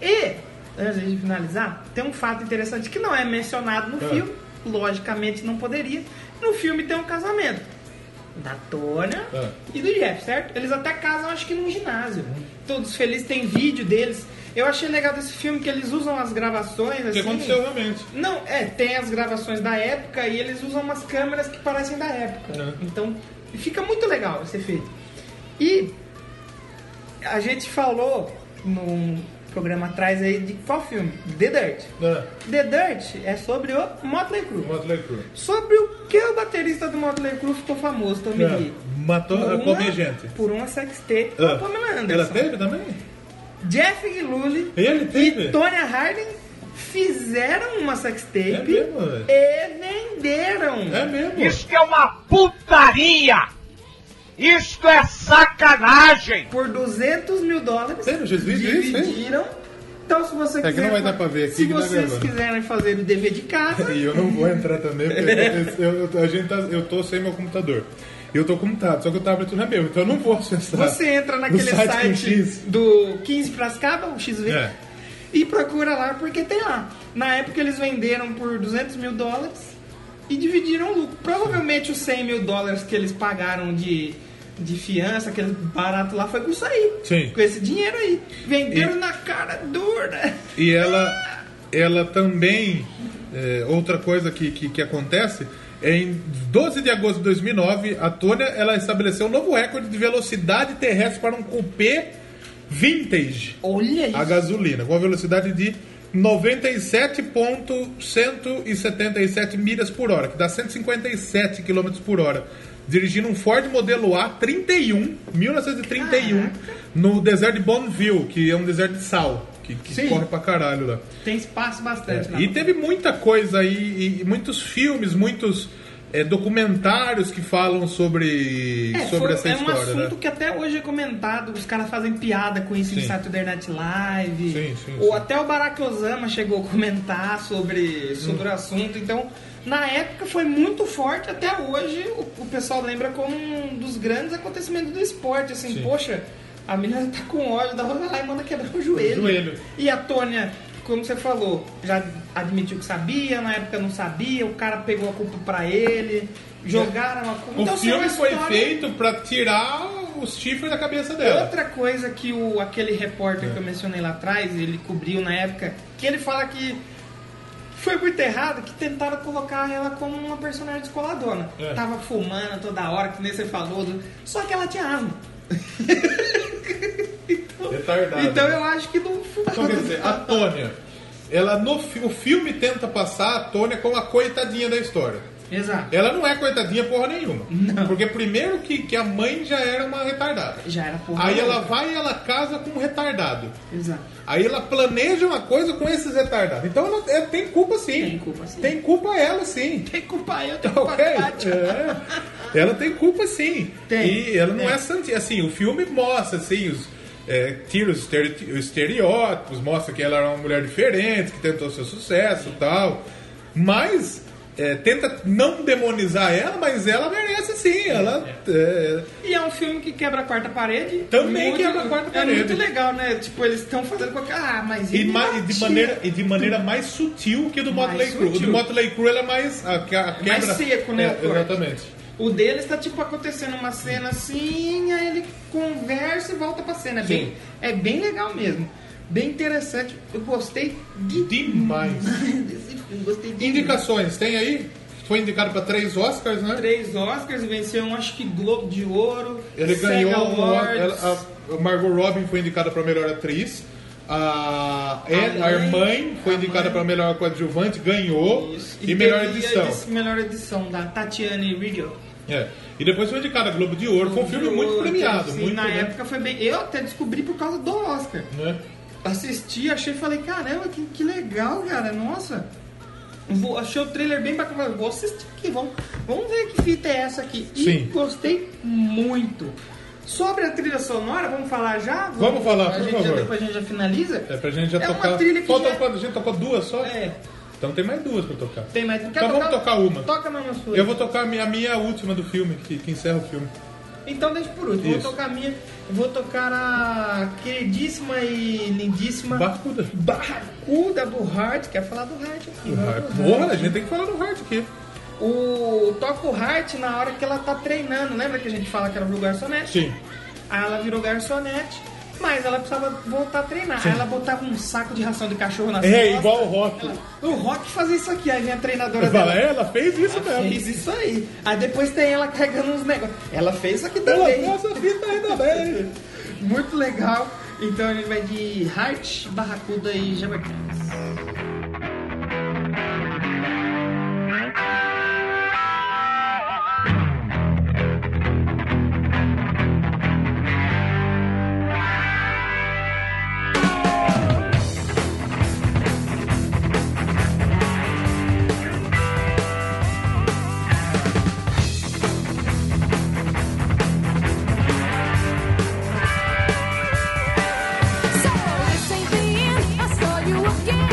E, antes de finalizar, tem um fato interessante que não é mencionado no É. filme, logicamente não poderia. No filme tem um casamento da Tônia É. e do Jeff, certo? Eles até casam, acho que num ginásio. Todos felizes, tem vídeo deles. Eu achei legal desse filme que eles usam as gravações, O que assim. aconteceu realmente. Não, é, tem as gravações da época e eles usam umas câmeras que parecem da época. É. Então, fica muito legal esse efeito. E a gente falou num programa atrás aí de qual filme? The Dirt. É, The Dirt é sobre o Motley Crue. o Motley Crue. Sobre o que o baterista do Motley Crue ficou famoso, Tommy Lee? É, matou a uma- comer gente. Por uma sextape com Ah, a Pamela Ela Anderson. teve também? Jeff Gillulli Ele teve? e Tonya Harding fizeram uma sextape É mesmo, velho? e venderam. É mesmo? Isto é uma putaria! Isto é sacanagem! Por 200 mil dólares. Sério, vocês viram isso, hein? É Dividiram. Então, se você que quiser. não vai dar pra ver aqui Se que tá vocês gravando. quiserem fazer o dever de [laughs] casa. E eu não vou entrar também, porque eu, eu- a gente tá- eu tô sem meu computador. E eu tô com um tablet, só que o tablet não é meu, então eu não vou acessar. Você entra naquele No site com site, X. do 15 Prascaba, o XV, É. e procura lá porque tem lá. Na época eles venderam por 200 mil dólares e dividiram o lucro. Provavelmente os 100 mil dólares que eles pagaram de, de fiança, aquele barato lá, foi com isso aí. Sim. Com esse dinheiro aí. Venderam E- na cara dura. E ela, ela também, é, outra coisa que, que, que acontece, é em 12 de agosto de 2009, a Tônia ela estabeleceu um novo recorde de velocidade terrestre para um coupé vintage Olha isso. a gasolina, com a velocidade de 97.177 milhas por hora, que dá 157 km por hora. Dirigindo um Ford modelo A 31, 1931, no deserto de Bonneville, que é um deserto de sal, que, que Sim. corre pra caralho lá. Tem espaço bastante É, lá. e teve muita coisa aí, e, e muitos filmes, muitos é, documentários que falam sobre, É, sobre foi- essa é um história, assunto né? que até hoje é comentado, os caras fazem piada com isso em Sim. Saturday Night Live. Sim, sim, ou sim. até o Barack Osama chegou a comentar sobre, sobre Hum. o assunto. Então, na época foi muito forte, até hoje o, o pessoal lembra como um dos grandes acontecimentos do esporte, assim, Sim. poxa, a menina tá com ódio da Rosa lá e manda quebrar o joelho. Joelho. E a Tônia, como você falou, já admitiu que sabia, na época não sabia, o cara pegou a culpa pra ele, jogaram a culpa. É. O Então, assim, é uma filme foi história- feito pra tirar os chifres da cabeça dela. Outra coisa que o, aquele repórter que É. eu mencionei lá atrás, ele cobriu na época, que ele fala que foi muito errado que tentaram colocar ela como uma personagem descoladona. É. Tava fumando toda hora, que nem você falou, do- só que ela tinha asma. Retardada. Então eu acho que não Então, quer né? dizer, a Tônia, ela no fi- o filme tenta passar a Tônia como a coitadinha da história. Exato. Ela não é coitadinha porra nenhuma. Porque primeiro que, que a mãe já era uma retardada. Já era porra. Aí louca. ela vai e ela casa com um retardado. Exato. Aí ela planeja uma coisa com esses retardados. Então ela é- tem culpa sim. Tem culpa, sim. Tem culpa ela sim. Tem culpa eu, tem culpa [laughs] Ok? a Kátia. É. Ela tem culpa sim. Tem. E ela não Tem. é santinha. Assim, o filme mostra assim, os, é, tira os estere- os estereótipos, mostra que ela era uma mulher diferente, que tentou seu sucesso e tal. Mas é, tenta não demonizar ela, mas ela merece sim. Ela é, E é um filme que quebra a quarta parede. Também quebra a quarta parede. É muito legal, né? Tipo, eles estão fazendo qualquer. Ah, mas. E, ele ma- e batia. de maneira, e de maneira mais sutil que o do Mais Motley Crue. O do sutil. Motley Crue ela é mais. A, que- a quebra, mais seco, né, É, o corte. exatamente. O deles tá tipo acontecendo uma cena assim, aí ele conversa e volta pra cena. É bem, Sim. é bem legal mesmo. Bem interessante. Eu gostei de. Demais. desse filme, [laughs] Gostei de. Indicações, tem aí? Foi indicado para três Oscars, né? Três Oscars, venceu um, acho que Globo de Ouro. Ele Sega ganhou um Oscar. Awards. ela- A Margot Robin foi indicada para melhor atriz. A, Anne, A a mãe, mãe foi a indicada mãe. para melhor coadjuvante, ganhou. Isso. E, melhor teve a edição. edi- melhor edição da Tatiane Riddle. É. E depois foi indicada a Globo de Ouro. Foi um filme muito Outro, premiado. assim, muito, na né? época foi bem. Eu até descobri por causa do Oscar. Né? Assisti, achei e falei, caramba, que, que legal, cara, nossa. Vou- achei o trailer bem bacana. Falei, Vou assistir aqui, vamos, vamos ver que fita é essa aqui. E Sim. gostei muito. Sobre a trilha sonora, vamos falar já? Vamos falar, a por gente Já, favor. depois a gente já finaliza. É pra gente já É uma tocar. trilha que Falta já- quantas? A gente tocou duas só? É, Então tem mais duas pra tocar. tem mais. Quer Então vamos tocar uma. Toca na sua. Eu vou tocar a minha, a minha última do filme, que, que encerra o filme. Então deixa por último. Isso. Vou tocar a minha. Vou tocar a queridíssima e lindíssima Barracuda. Barracuda do Hart. Quer falar do Hart aqui? vamos Hard. do Porra, a gente tem que falar do Hard aqui. O toca o Hart na hora que ela tá treinando. Lembra que a gente fala que ela virou garçonete? Sim. Aí ela virou garçonete, mas ela precisava voltar a treinar. Aí ela botava um saco de ração de cachorro na É, igual o Rock. O Rock fazia isso aqui, aí vem a treinadora Fala, dela. ela fez isso mesmo. Fez isso aí. Aí depois tem ela carregando uns negócios. Ela fez isso aqui Ela também. fez a vida ainda bem. Muito legal. Então a gente vai de Hart, Barracuda e Jamaicans. So this ain't the end. I saw you again.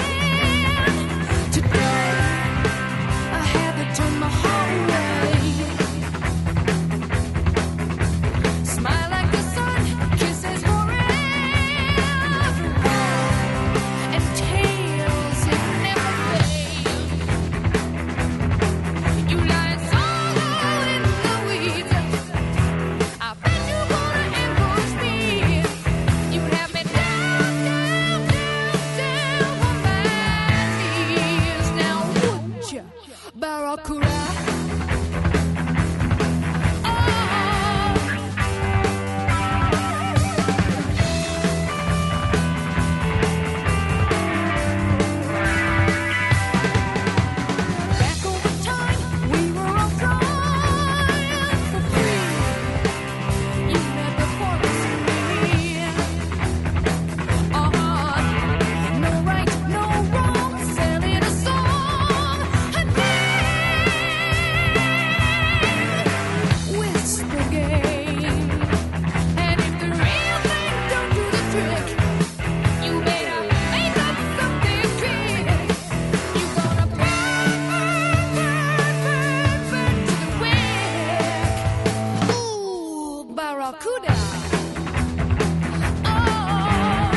Barracuda. Oh, yeah.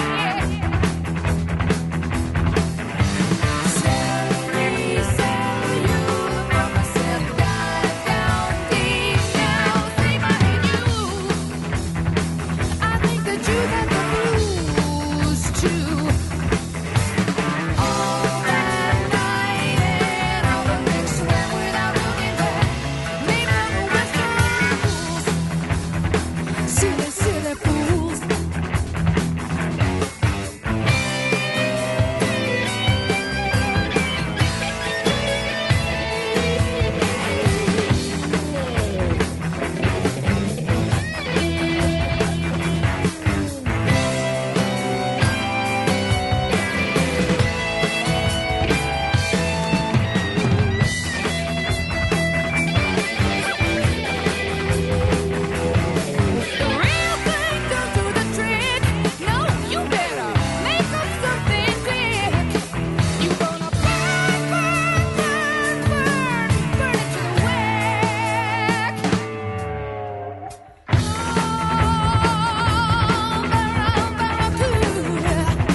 Silly, silly fools. The real thing don't do the trick. No, you better make up something quick. You gonna burn, burn, burn, burn, burn it to the wick. Oh, Barra- Barracuda. Yeah.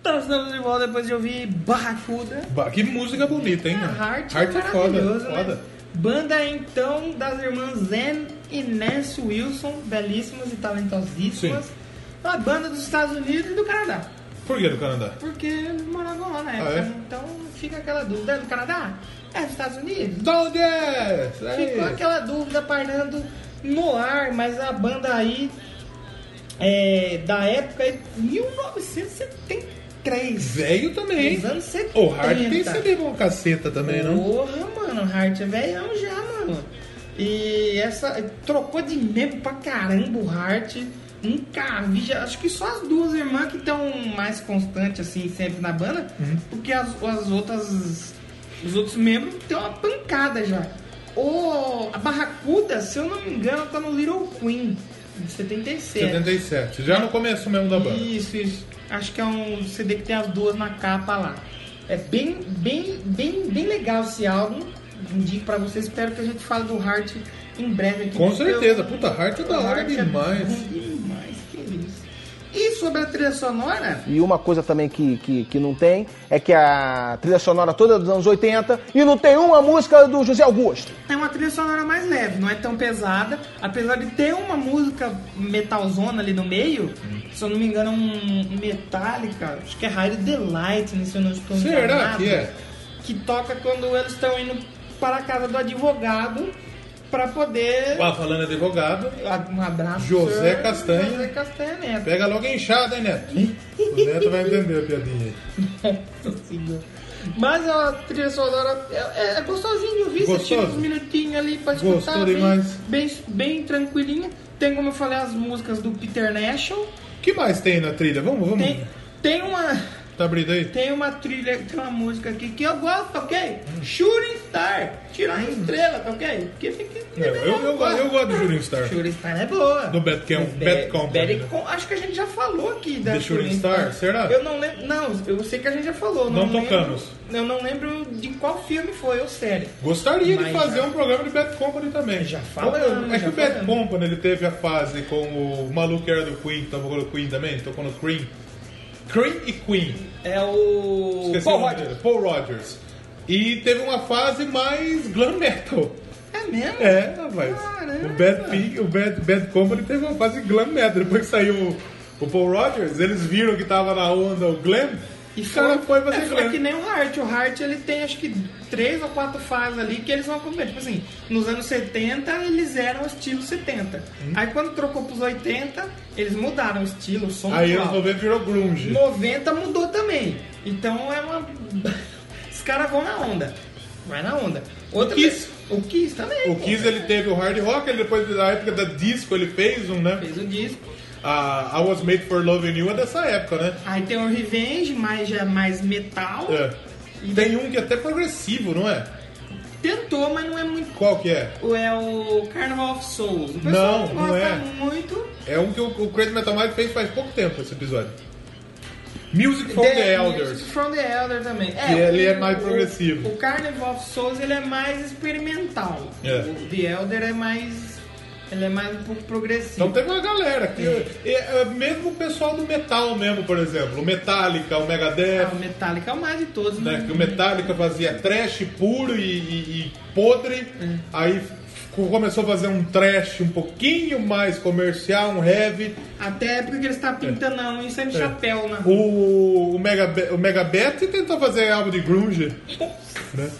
Então, estamos de volta depois de ouvir Barracuda. Bah, que música bonita, hein? mano? Heart, né? Heart é maravilhoso, né? foda. Banda então das irmãs Zen e Nancy Wilson, belíssimas e talentosíssimas. Sim. Uma banda dos Estados Unidos e do Canadá, Por que do Canadá? porque eles moravam lá na época. é? Então fica aquela dúvida: é do Canadá? É dos Estados Unidos? Don't yes! Ficou aquela dúvida pairando no ar, mas a banda aí é, da época é 1973. Velho também, hein? Dos anos 70. O Hard tem CD bom caceta também, não? Porra, mano, o Hart é velhão já, mano. E essa. Trocou de membro pra caramba o Hart. Nunca vi, já- acho que só as duas irmãs que estão mais constantes, assim, sempre na banda, Uhum. porque as, as outras. Os outros membros têm uma pancada já. O, a Barracuda, se eu não me engano, tá no Little Queen, de 77. 77. Já no começo mesmo da banda. Isso, isso. Acho que é um CD que tem as duas na capa lá. É bem, bem, bem, bem legal esse álbum. Indico pra vocês. Espero que a gente fale do Heart em breve aqui. né? Com porque certeza, eu- puta, Heart é da hora Heart é demais. bom demais, que isso. E sobre a trilha sonora, E uma coisa também que, que, que não tem é que a trilha sonora toda é dos anos 80 e não tem uma música do José Augusto. é uma trilha sonora mais leve, não é tão pesada. Apesar de ter uma música metalzona ali no meio, se eu não me engano, é um Metallica, acho que é Higher Delight, né, se eu não estou Será enganado. que é? que toca quando eles estão indo para a casa do advogado para poder. Ah, falando advogado, Um abraço. José senhor. Castanho. José Castanho Neto. pega logo a enxada, hein, Neto? O Neto vai entender a piadinha aí. Senhor. Mas a trilha sonora é, é gostosinho de ouvir, você tira Gostoso. uns minutinhos ali pra escutar. Gostou bem, demais. Bem, bem tranquilinha. Tem, como eu falei, as músicas do Peter National. O que mais tem na trilha? Vamos, vamos. Tem, tem uma. Tá abrindo aí? Tem uma trilha, tem uma música aqui que eu gosto, tá ok? Shooting Star, tirar a estrela, tá ok? Porque fica. É, Eu, eu, eu, eu gosto do Shooting Star. Shooting Star é boa. Do Bad Cam- Be- Bad Company. Bad Com- acho que a gente já falou aqui da tá The Shooting Star, será? Eu não lembro. Não, eu sei que a gente já falou. Não lembro- tocamos. eu não lembro de qual filme foi ou série. Gostaria Mas de fazer já- um programa de Bad Company também. Já falamos, já É que o Bad falamos. Company ele teve a fase com o maluco que era do Queen, que tocou no Queen também, tocou no Cream. Cream e Queen. É o. Esqueci Paul o nome dele. Rogers. Paul Rogers. E teve uma fase mais glam metal. É mesmo? É, rapaz. Caramba. O, Bad, Pig- o Bad, Bad Company teve uma fase glam metal. Depois que saiu o, o Paul Rogers, eles viram que tava na onda o glam. E o cara foi fazer é, glam. foi que nem o Hart. O Hart ele tem acho que três ou quatro fases ali que eles vão comer. Tipo assim, nos anos 70 eles eram o estilo 70. Hum. Aí quando trocou pros 80, eles mudaram o estilo, o som Aí e eles tal. vão ver virou grunge. 90 mudou também. Então é uma. [laughs] Os caras vão na onda. Vai na onda. Outra Kiss. pe- O Kiss também. O pô. Kiss ele teve o hard rock, ele depois da época da disco ele fez um, né? Fez o disco. A I Was Made for Loving You é dessa época, né? Aí tem o Revenge, mais, já mais metal. É. Tem um que é até progressivo, não é? Tentou, mas não é muito. Qual que é? É o Carnival of Souls. O Não, pessoal não gosta é. muito. É um que o, o Crazy Metal Mind fez faz pouco tempo esse episódio. Music from the, Elders. From the Elder também. Que ele é o- mais o- progressivo. O Carnival of Souls ele é mais experimental. É. O The Elder é mais. Ele é mais um pouco progressivo. Então teve uma galera que. e, é, mesmo o pessoal do metal mesmo, por exemplo. O Metallica, o Megadeth. Ah, o Metallica é o mais de todos, né? né? Que o Metallica fazia trash puro e, e- e É. podre, aí f- começou a fazer um trash um pouquinho mais comercial, um heavy. Até a época que ele está pintando a unha e saindo chapéu, né? É. O, o, Mega, o Megabeth tentou fazer álbum de grunge, né?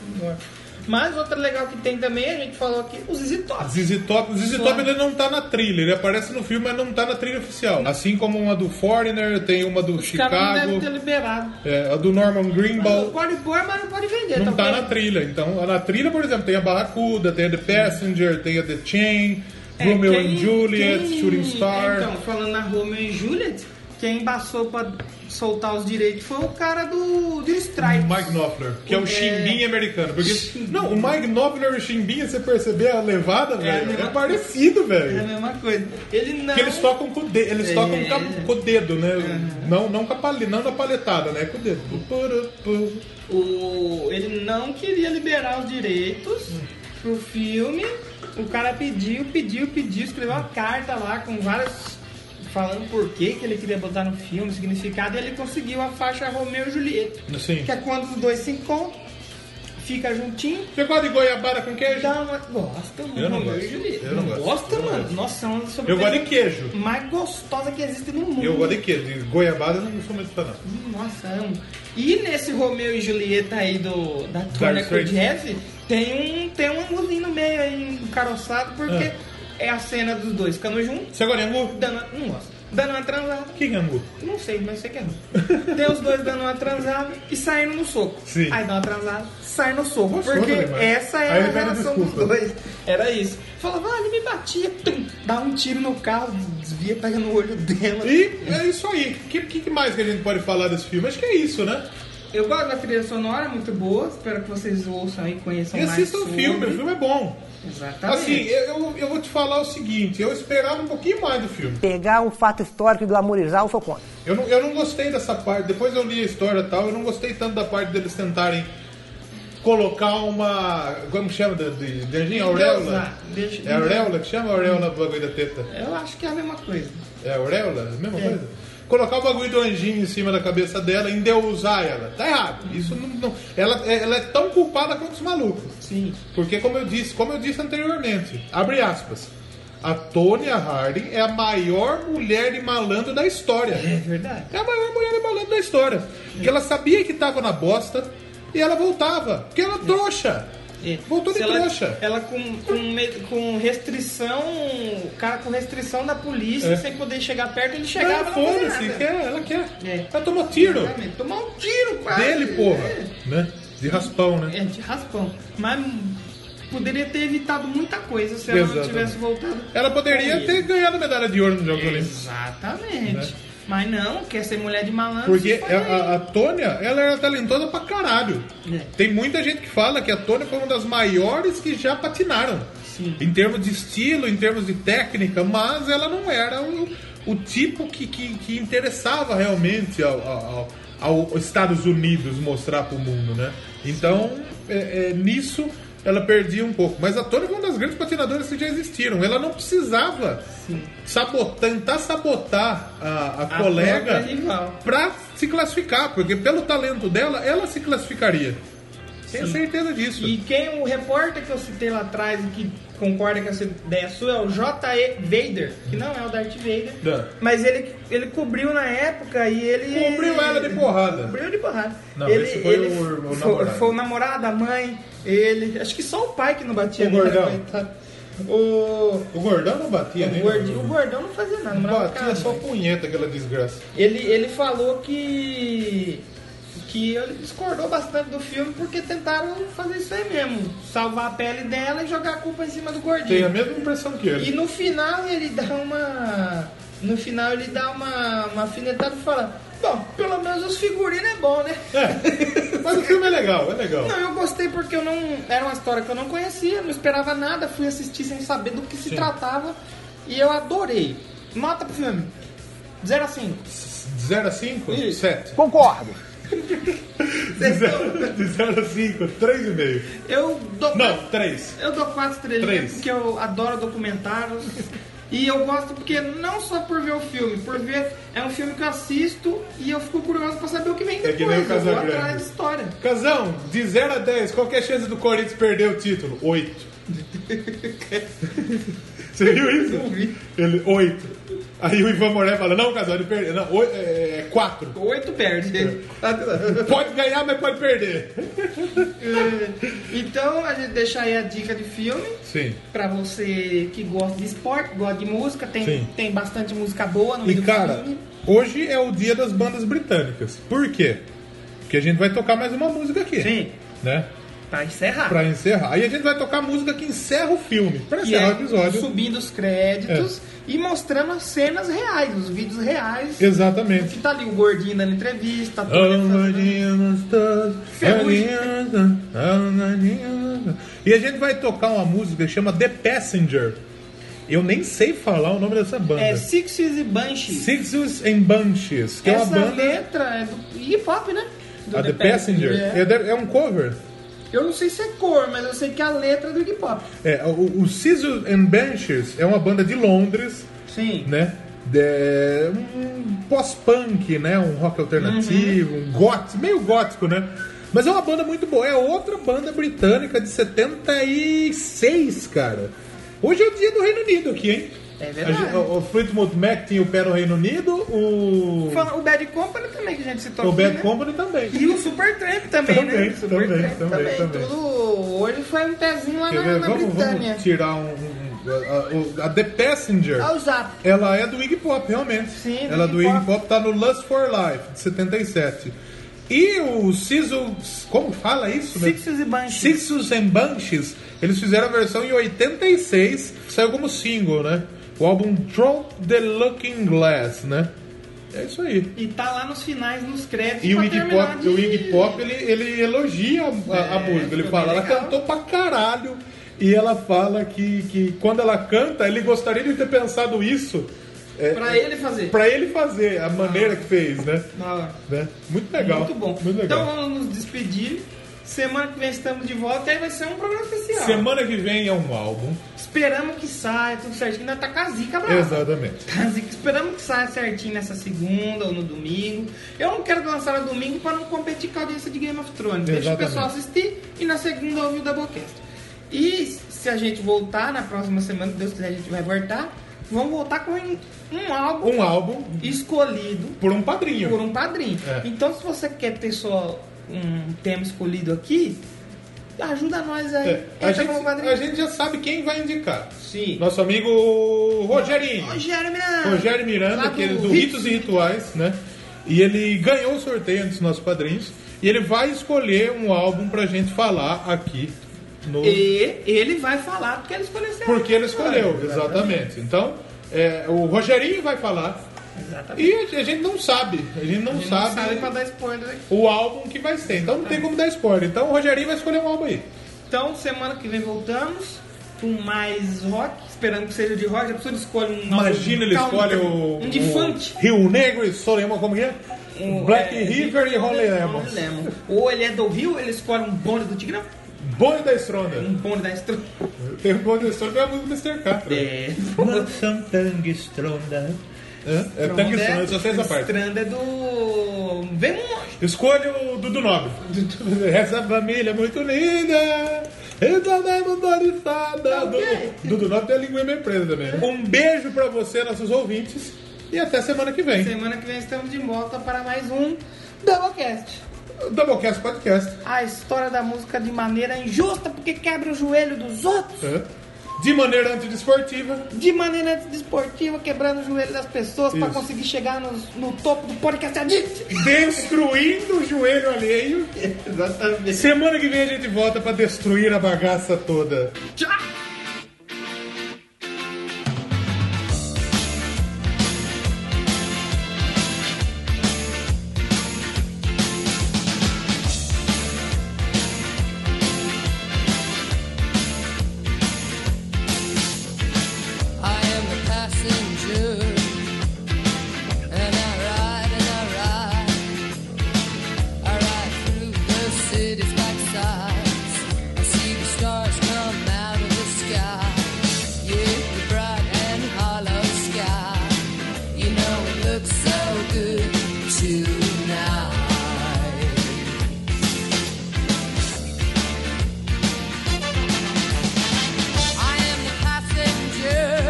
Mas outra legal que tem também, a gente falou aqui, os ZZ Top. ZZ Top, o ZZ Top Claro. ele não tá na trilha, ele aparece no filme, mas não tá na trilha oficial. Assim como uma do Foreigner, tem uma do Os caras não devem ter Chicago, liberado. é, a do Norman Mas Greenbaum. Pode pôr, mas não pode vender. Não tá talvez. na trilha. Então, na trilha, por exemplo, tem a Barracuda, tem a The Passenger, tem a The Chain, É, Romeo quem- and Juliet, quem- Shooting Star. Então, falando na Romeo e Juliet, quem embaçou pra soltar os direitos foi o cara do, do Strike. Mike Knopfler, que é o É. chimbinha americano. Porque, não, o Mike Knopfler e o chimbinha, você perceber a levada, velho, é, mesma- parecido, É a velho. mesma coisa. Ele não. Porque eles tocam com o dedo, eles É. tocam com- com o dedo, né? Não, não, com a pale- não na paletada, né? Com o dedo. Purupu. O, ele não queria liberar os direitos pro filme. O cara pediu, pediu, pediu, escreveu uma carta lá com várias. falando por que que ele queria botar no filme, o significado, e ele conseguiu a faixa Romeu e Julieta. Assim. Que é quando os dois se encontram, fica juntinho. Você gosta de goiabada com queijo? Dá uma... Gosta, mano. Eu não Romeu gosto. e Julieta. Eu não gosto. Gosta, Eu não mano. gosto. Nossa, é uma das Eu gosto de sobremesas queijo. mais gostosa que existe no mundo. Eu gosto de queijo. De goiabada eu não sou muito fã, não. Nossa, amo. E nesse Romeu e Julieta aí do, da Turner com Straits. Jazz, tem um, tem um anguzinho no meio aí, um encaroçado, Ah. porque é a cena dos dois ficando juntos, Você gosta de angu? dando, uma- não gosto, dando uma transada. O que que é angu? Não sei, mas sei que é [laughs] ruim. Tem os dois dando uma transada e saindo no soco. Sim. Aí dá uma transada, sai no soco. Gostoso porque demais. essa Aí era a ele pede relação desculpa. dos dois. Era isso. Falava, ah, ele me batia, tum, dá um tiro no carro, desvia, pega no olho [laughs] dela. E é isso aí. O que, que que mais que a gente pode falar desse filme? Acho que é isso, né? Eu gosto da trilha sonora, muito boa. Espero que vocês ouçam e conheçam E Então, mais. assista o sobre. Tá filme, o filme é bom. Exatamente. Assim, eu, eu- eu vou te falar o seguinte, eu esperava um pouquinho mais do filme. Pegar um fato histórico e glamorizar, eu sou contra. Eu não, eu não gostei dessa parte, depois eu li a história e tal, eu não gostei tanto da parte deles tentarem colocar uma... como chama? De, de, de, de auréola? Endeusar. Então, Deixa- É auréola que chama auréola no bagulho da teta? Eu acho que é a mesma coisa. É auréola? A mesma coisa? Colocar o bagulho do anjinho em cima da cabeça dela e endeusar ela. Tá errado. Isso não... não- ela, ela é tão culpada quanto os malucos. Sim. Porque como eu disse, como eu disse anteriormente, abre aspas. A Tonya Harding é a maior mulher de malandro da história. É verdade. É a maior mulher de malandro da história. Porque ela sabia que tava na bosta e ela voltava. Porque ela é trouxa. É. Voltou de Se ela, trouxa. Ela com, com, me- com restrição. O cara com restrição da polícia, É. sem poder chegar perto, ele Ela chegava e não, não fazia É, foda-se, nada. quer, ela quer. É. Ela tomou tiro Exatamente. Tomar um tiro quase. dele, porra. Né? De raspão, né? É, de raspão. Mas hum, poderia ter evitado muita coisa se ela Exatamente. não tivesse voltado. Ela poderia com ter ganhado medalha de ouro nos Jogos Olímpicos. Exatamente. Mas não, quer ser mulher de malandro. Né? Porque se a, fode a, a Tônia, ela era talentosa pra caralho. É. Tem muita gente que fala que a Tônia foi uma das maiores que já patinaram. Sim. Em termos de estilo, em termos de técnica, mas ela não era o, o tipo que, que, que interessava realmente ao, ao, ao- aos Estados Unidos mostrar pro mundo, né? Então, é- é, nisso ela perdia um pouco. Mas a Tônia foi uma das grandes patinadoras que já existiram. Ela não precisava sabotar, tentar sabotar a, a A é colega própria rival. pra se classificar, porque pelo talento dela, ela se classificaria. Tenho certeza disso. E quem o repórter que eu citei lá atrás e que concorda com essa ideia sua é o J.E. Vader, que não é o Darth Vader, Não. mas ele, ele cobriu na época e ele. Cobriu ela de porrada. Cobriu de porrada. Não, ele, esse foi ele o- o foi, namorado. foi o namorado, a mãe, ele. Acho que só o pai que não batia O nele, gordão. coitado. O. O gordão não batia, O né? gordinho, o gordão não fazia nada, não dava Batia cara. só punheta, aquela desgraça. Ele, ele falou que. que ele discordou bastante do filme porque tentaram fazer isso aí mesmo. Salvar a pele dela e jogar a culpa em cima do Tem a gordinho. mesma impressão que E ele. no final ele dá uma. No final ele dá uma, uma afinetada e fala. Bom, pelo menos os figurinos é bom, né? É, mas o filme é legal, é legal. Não, eu gostei porque eu não. Era uma história que eu não conhecia, não esperava nada, fui assistir sem saber do que se tratava e eu adorei. Nota pro filme. 0 a 5. De 0 a 5? 7. Concordo. De 0 a 5, 3,5. Eu dou Não, 3. Eu dou quatro estrelinhas Três. porque eu adoro documentários. e eu gosto porque não só por ver o filme, por ver é um filme que eu assisto e eu fico curioso pra saber o que vem É depois. que nem o eu vou Casagrande. atrás de história. Casão, de 0 a 10, qual que é a chance do Corinthians perder o [laughs] título? 8. Você viu isso? Não vi. Ele, 8. Aí o Ivan Moré fala, não, Casão, ele perdeu. Não, 8, é 4. Oito perde. né? [laughs] Pode ganhar, mas pode perder. então a gente deixa aí a dica de filme. Sim. Pra você que gosta de esporte, gosta de música, tem, Sim. tem bastante música boa no E meio do cara, filme. hoje é o dia das bandas britânicas. Por quê? Porque a gente vai tocar mais uma música aqui. Sim. Né? Pra encerrar. Pra encerrar. Aí a gente vai tocar a música que encerra o filme. Pra que encerrar é o episódio. É. subindo os créditos e mostrando as cenas reais, os vídeos reais. Exatamente. Que tá ali o gordinho dando entrevista, a Tônia fazendo- Ferrugem. E a gente vai tocar uma música que chama The Passenger. Eu nem sei falar o nome dessa banda. é Sixes e Banshee. Sixes and Bunches, que Essa é uma banda. letra é do hip hop, né? Do a The, Passenger. É. É de- é um cover. Eu não sei se é cor, mas eu sei que a letra é do hip hop. É, o, o Scissors and Benches é uma banda de Londres, Sim. né? É um pós-punk, né? Um rock alternativo, Uhum. um gótico, meio gótico, né? Mas é uma banda muito boa. É outra banda britânica de 76, cara. Hoje é o dia do Reino Unido aqui, hein? É verdade. A gente- O o Fleetwood Mac tinha o pé no Reino Unido, o, Fala- O Bad Company também que a gente citou Hum. o aqui, Bad né? Company também. E o Super Tramp também, Também, né? Super também, Tramp também, também. Tudo... Hoje foi um pezinho lá Quer na, ver? na Vamos, Britânia. vamos tirar um... um- a- a, a The Passenger. Olha o zap. Ela é do Iggy Pop, realmente. Sim, do Ela é Iggy do Iggy Pop. Pop, tá no Lust for Life, de 77. E o Sizzles, como fala isso? meu? Sixes e Bunches. Sixes and Bunches, eles fizeram a versão em 86, saiu como single, né? O álbum Throw the Looking Glass, né? É isso aí. E tá lá nos finais, nos créditos. E o pra Iggy terminar Pop, de- o Iggy Pop ele, ele elogia a, a- a É, música. Ele ficou fala, bem ela legal." cantou pra caralho. E ela fala que, que quando ela canta, ele gostaria de ter pensado isso é, Pra ele fazer. pra ele fazer, a maneira que fez, né? Na hora. Né? Muito legal. Muito bom. Muito legal. Então vamos nos despedir. Semana que vem estamos de volta e aí vai ser um programa especial. Semana que vem é um álbum. Esperamos que saia tudo certinho. Ainda tá com a zica brava. Exatamente. Tá [laughs] a zica. Esperamos que saia certinho nessa segunda ou no domingo. Eu não quero lançar no domingo pra não competir com a audiência de Game of Thrones. Deixa o Exatamente. pessoal assistir e na segunda ouvir o Doublecast. E se a gente voltar na próxima semana, se Deus quiser, a gente vai voltar. Vamos voltar com um álbum Um álbum escolhido por um padrinho. por um padrinho. É. Então, se você quer ter só um tema escolhido aqui, ajuda nós aí. É. A, Entra gente, como padrinho. a gente já sabe quem vai indicar. Sim. Nosso amigo Rogerinho. Rogério Miranda. Rogério Lá Miranda, do que ele é do Ritos Ritos e Rituais, né? E ele ganhou o sorteio dos nossos padrinhos. E ele vai escolher um álbum pra gente falar aqui no. E ele vai falar porque ele escolheu esse Porque ele álbum. escolheu, exatamente. Então, é, o Rogerinho vai falar. Exatamente. E a gente não sabe. A gente não A gente não sabe, sabe É. pra dar spoiler aqui. o álbum que vai ser. Então não tem como dar spoiler. Então o Rogerinho vai escolher um álbum aí. Então, semana que vem voltamos com mais rock. Esperando que seja de rock. A pessoa escolhe um. Imagina ele um- escolhe o. Um de o funk. Rio Negro e Soleimão, como que é? Um, Black é, River e Holy Lemon. Holy Lemon. Ou ele é do Rio, ele escolhe um bonde do Tigrão, Bonde da Estronda. um bonde da Estrela. né? Tem um bom gestor que é a música do Mr. Catra. É. Mansão Tangstronda. Hã? É Tango Strand, só fez a parte. Strand é do. um Vemon. Escolha o Dudu Nobre. [laughs] Essa família é muito linda. Eu também muito oriçada. Tá, ok. É. Dudu, Dudu Nobre tem a língua meio presa também. né? Um beijo pra você, nossos ouvintes. E até semana que vem. Semana que vem estamos de volta para mais um Doublecast. Doublecast Podcast. A história da música de maneira injusta porque quebra o joelho dos outros. Hã? De maneira antidesportiva. De maneira desportiva, quebrando o joelho das pessoas para Isso. conseguir chegar nos- no, topo do podcast addict. Destruindo o joelho alheio. [laughs] Exatamente. Semana que vem a gente volta pra destruir a bagaça toda. Tchau! I am the passenger, and I ride and I ride. I ride through the city's black sides. I see the stars come out of the sky. Yeah, the bright and hollow sky. You know it looks so good tonight. I am the passenger.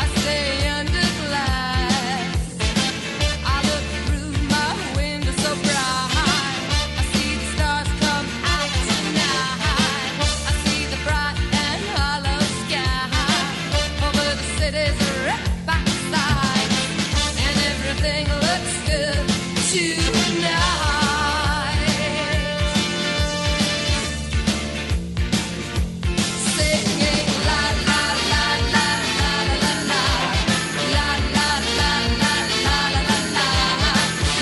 I stay under glass. I look through my window so bright. I see the stars come out tonight. I see the bright and hollow sky over the city's right backside, and everything looks good tonight. Singing la la la la la la la la la la la la la la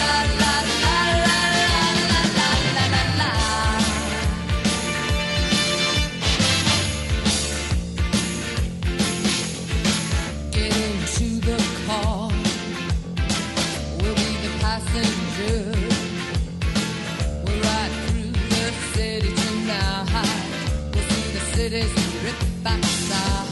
la la la la la la la la. Get into the car. We'll be the passenger. We'll ride through the city tonight. We'll see the city's rip backside. Oh,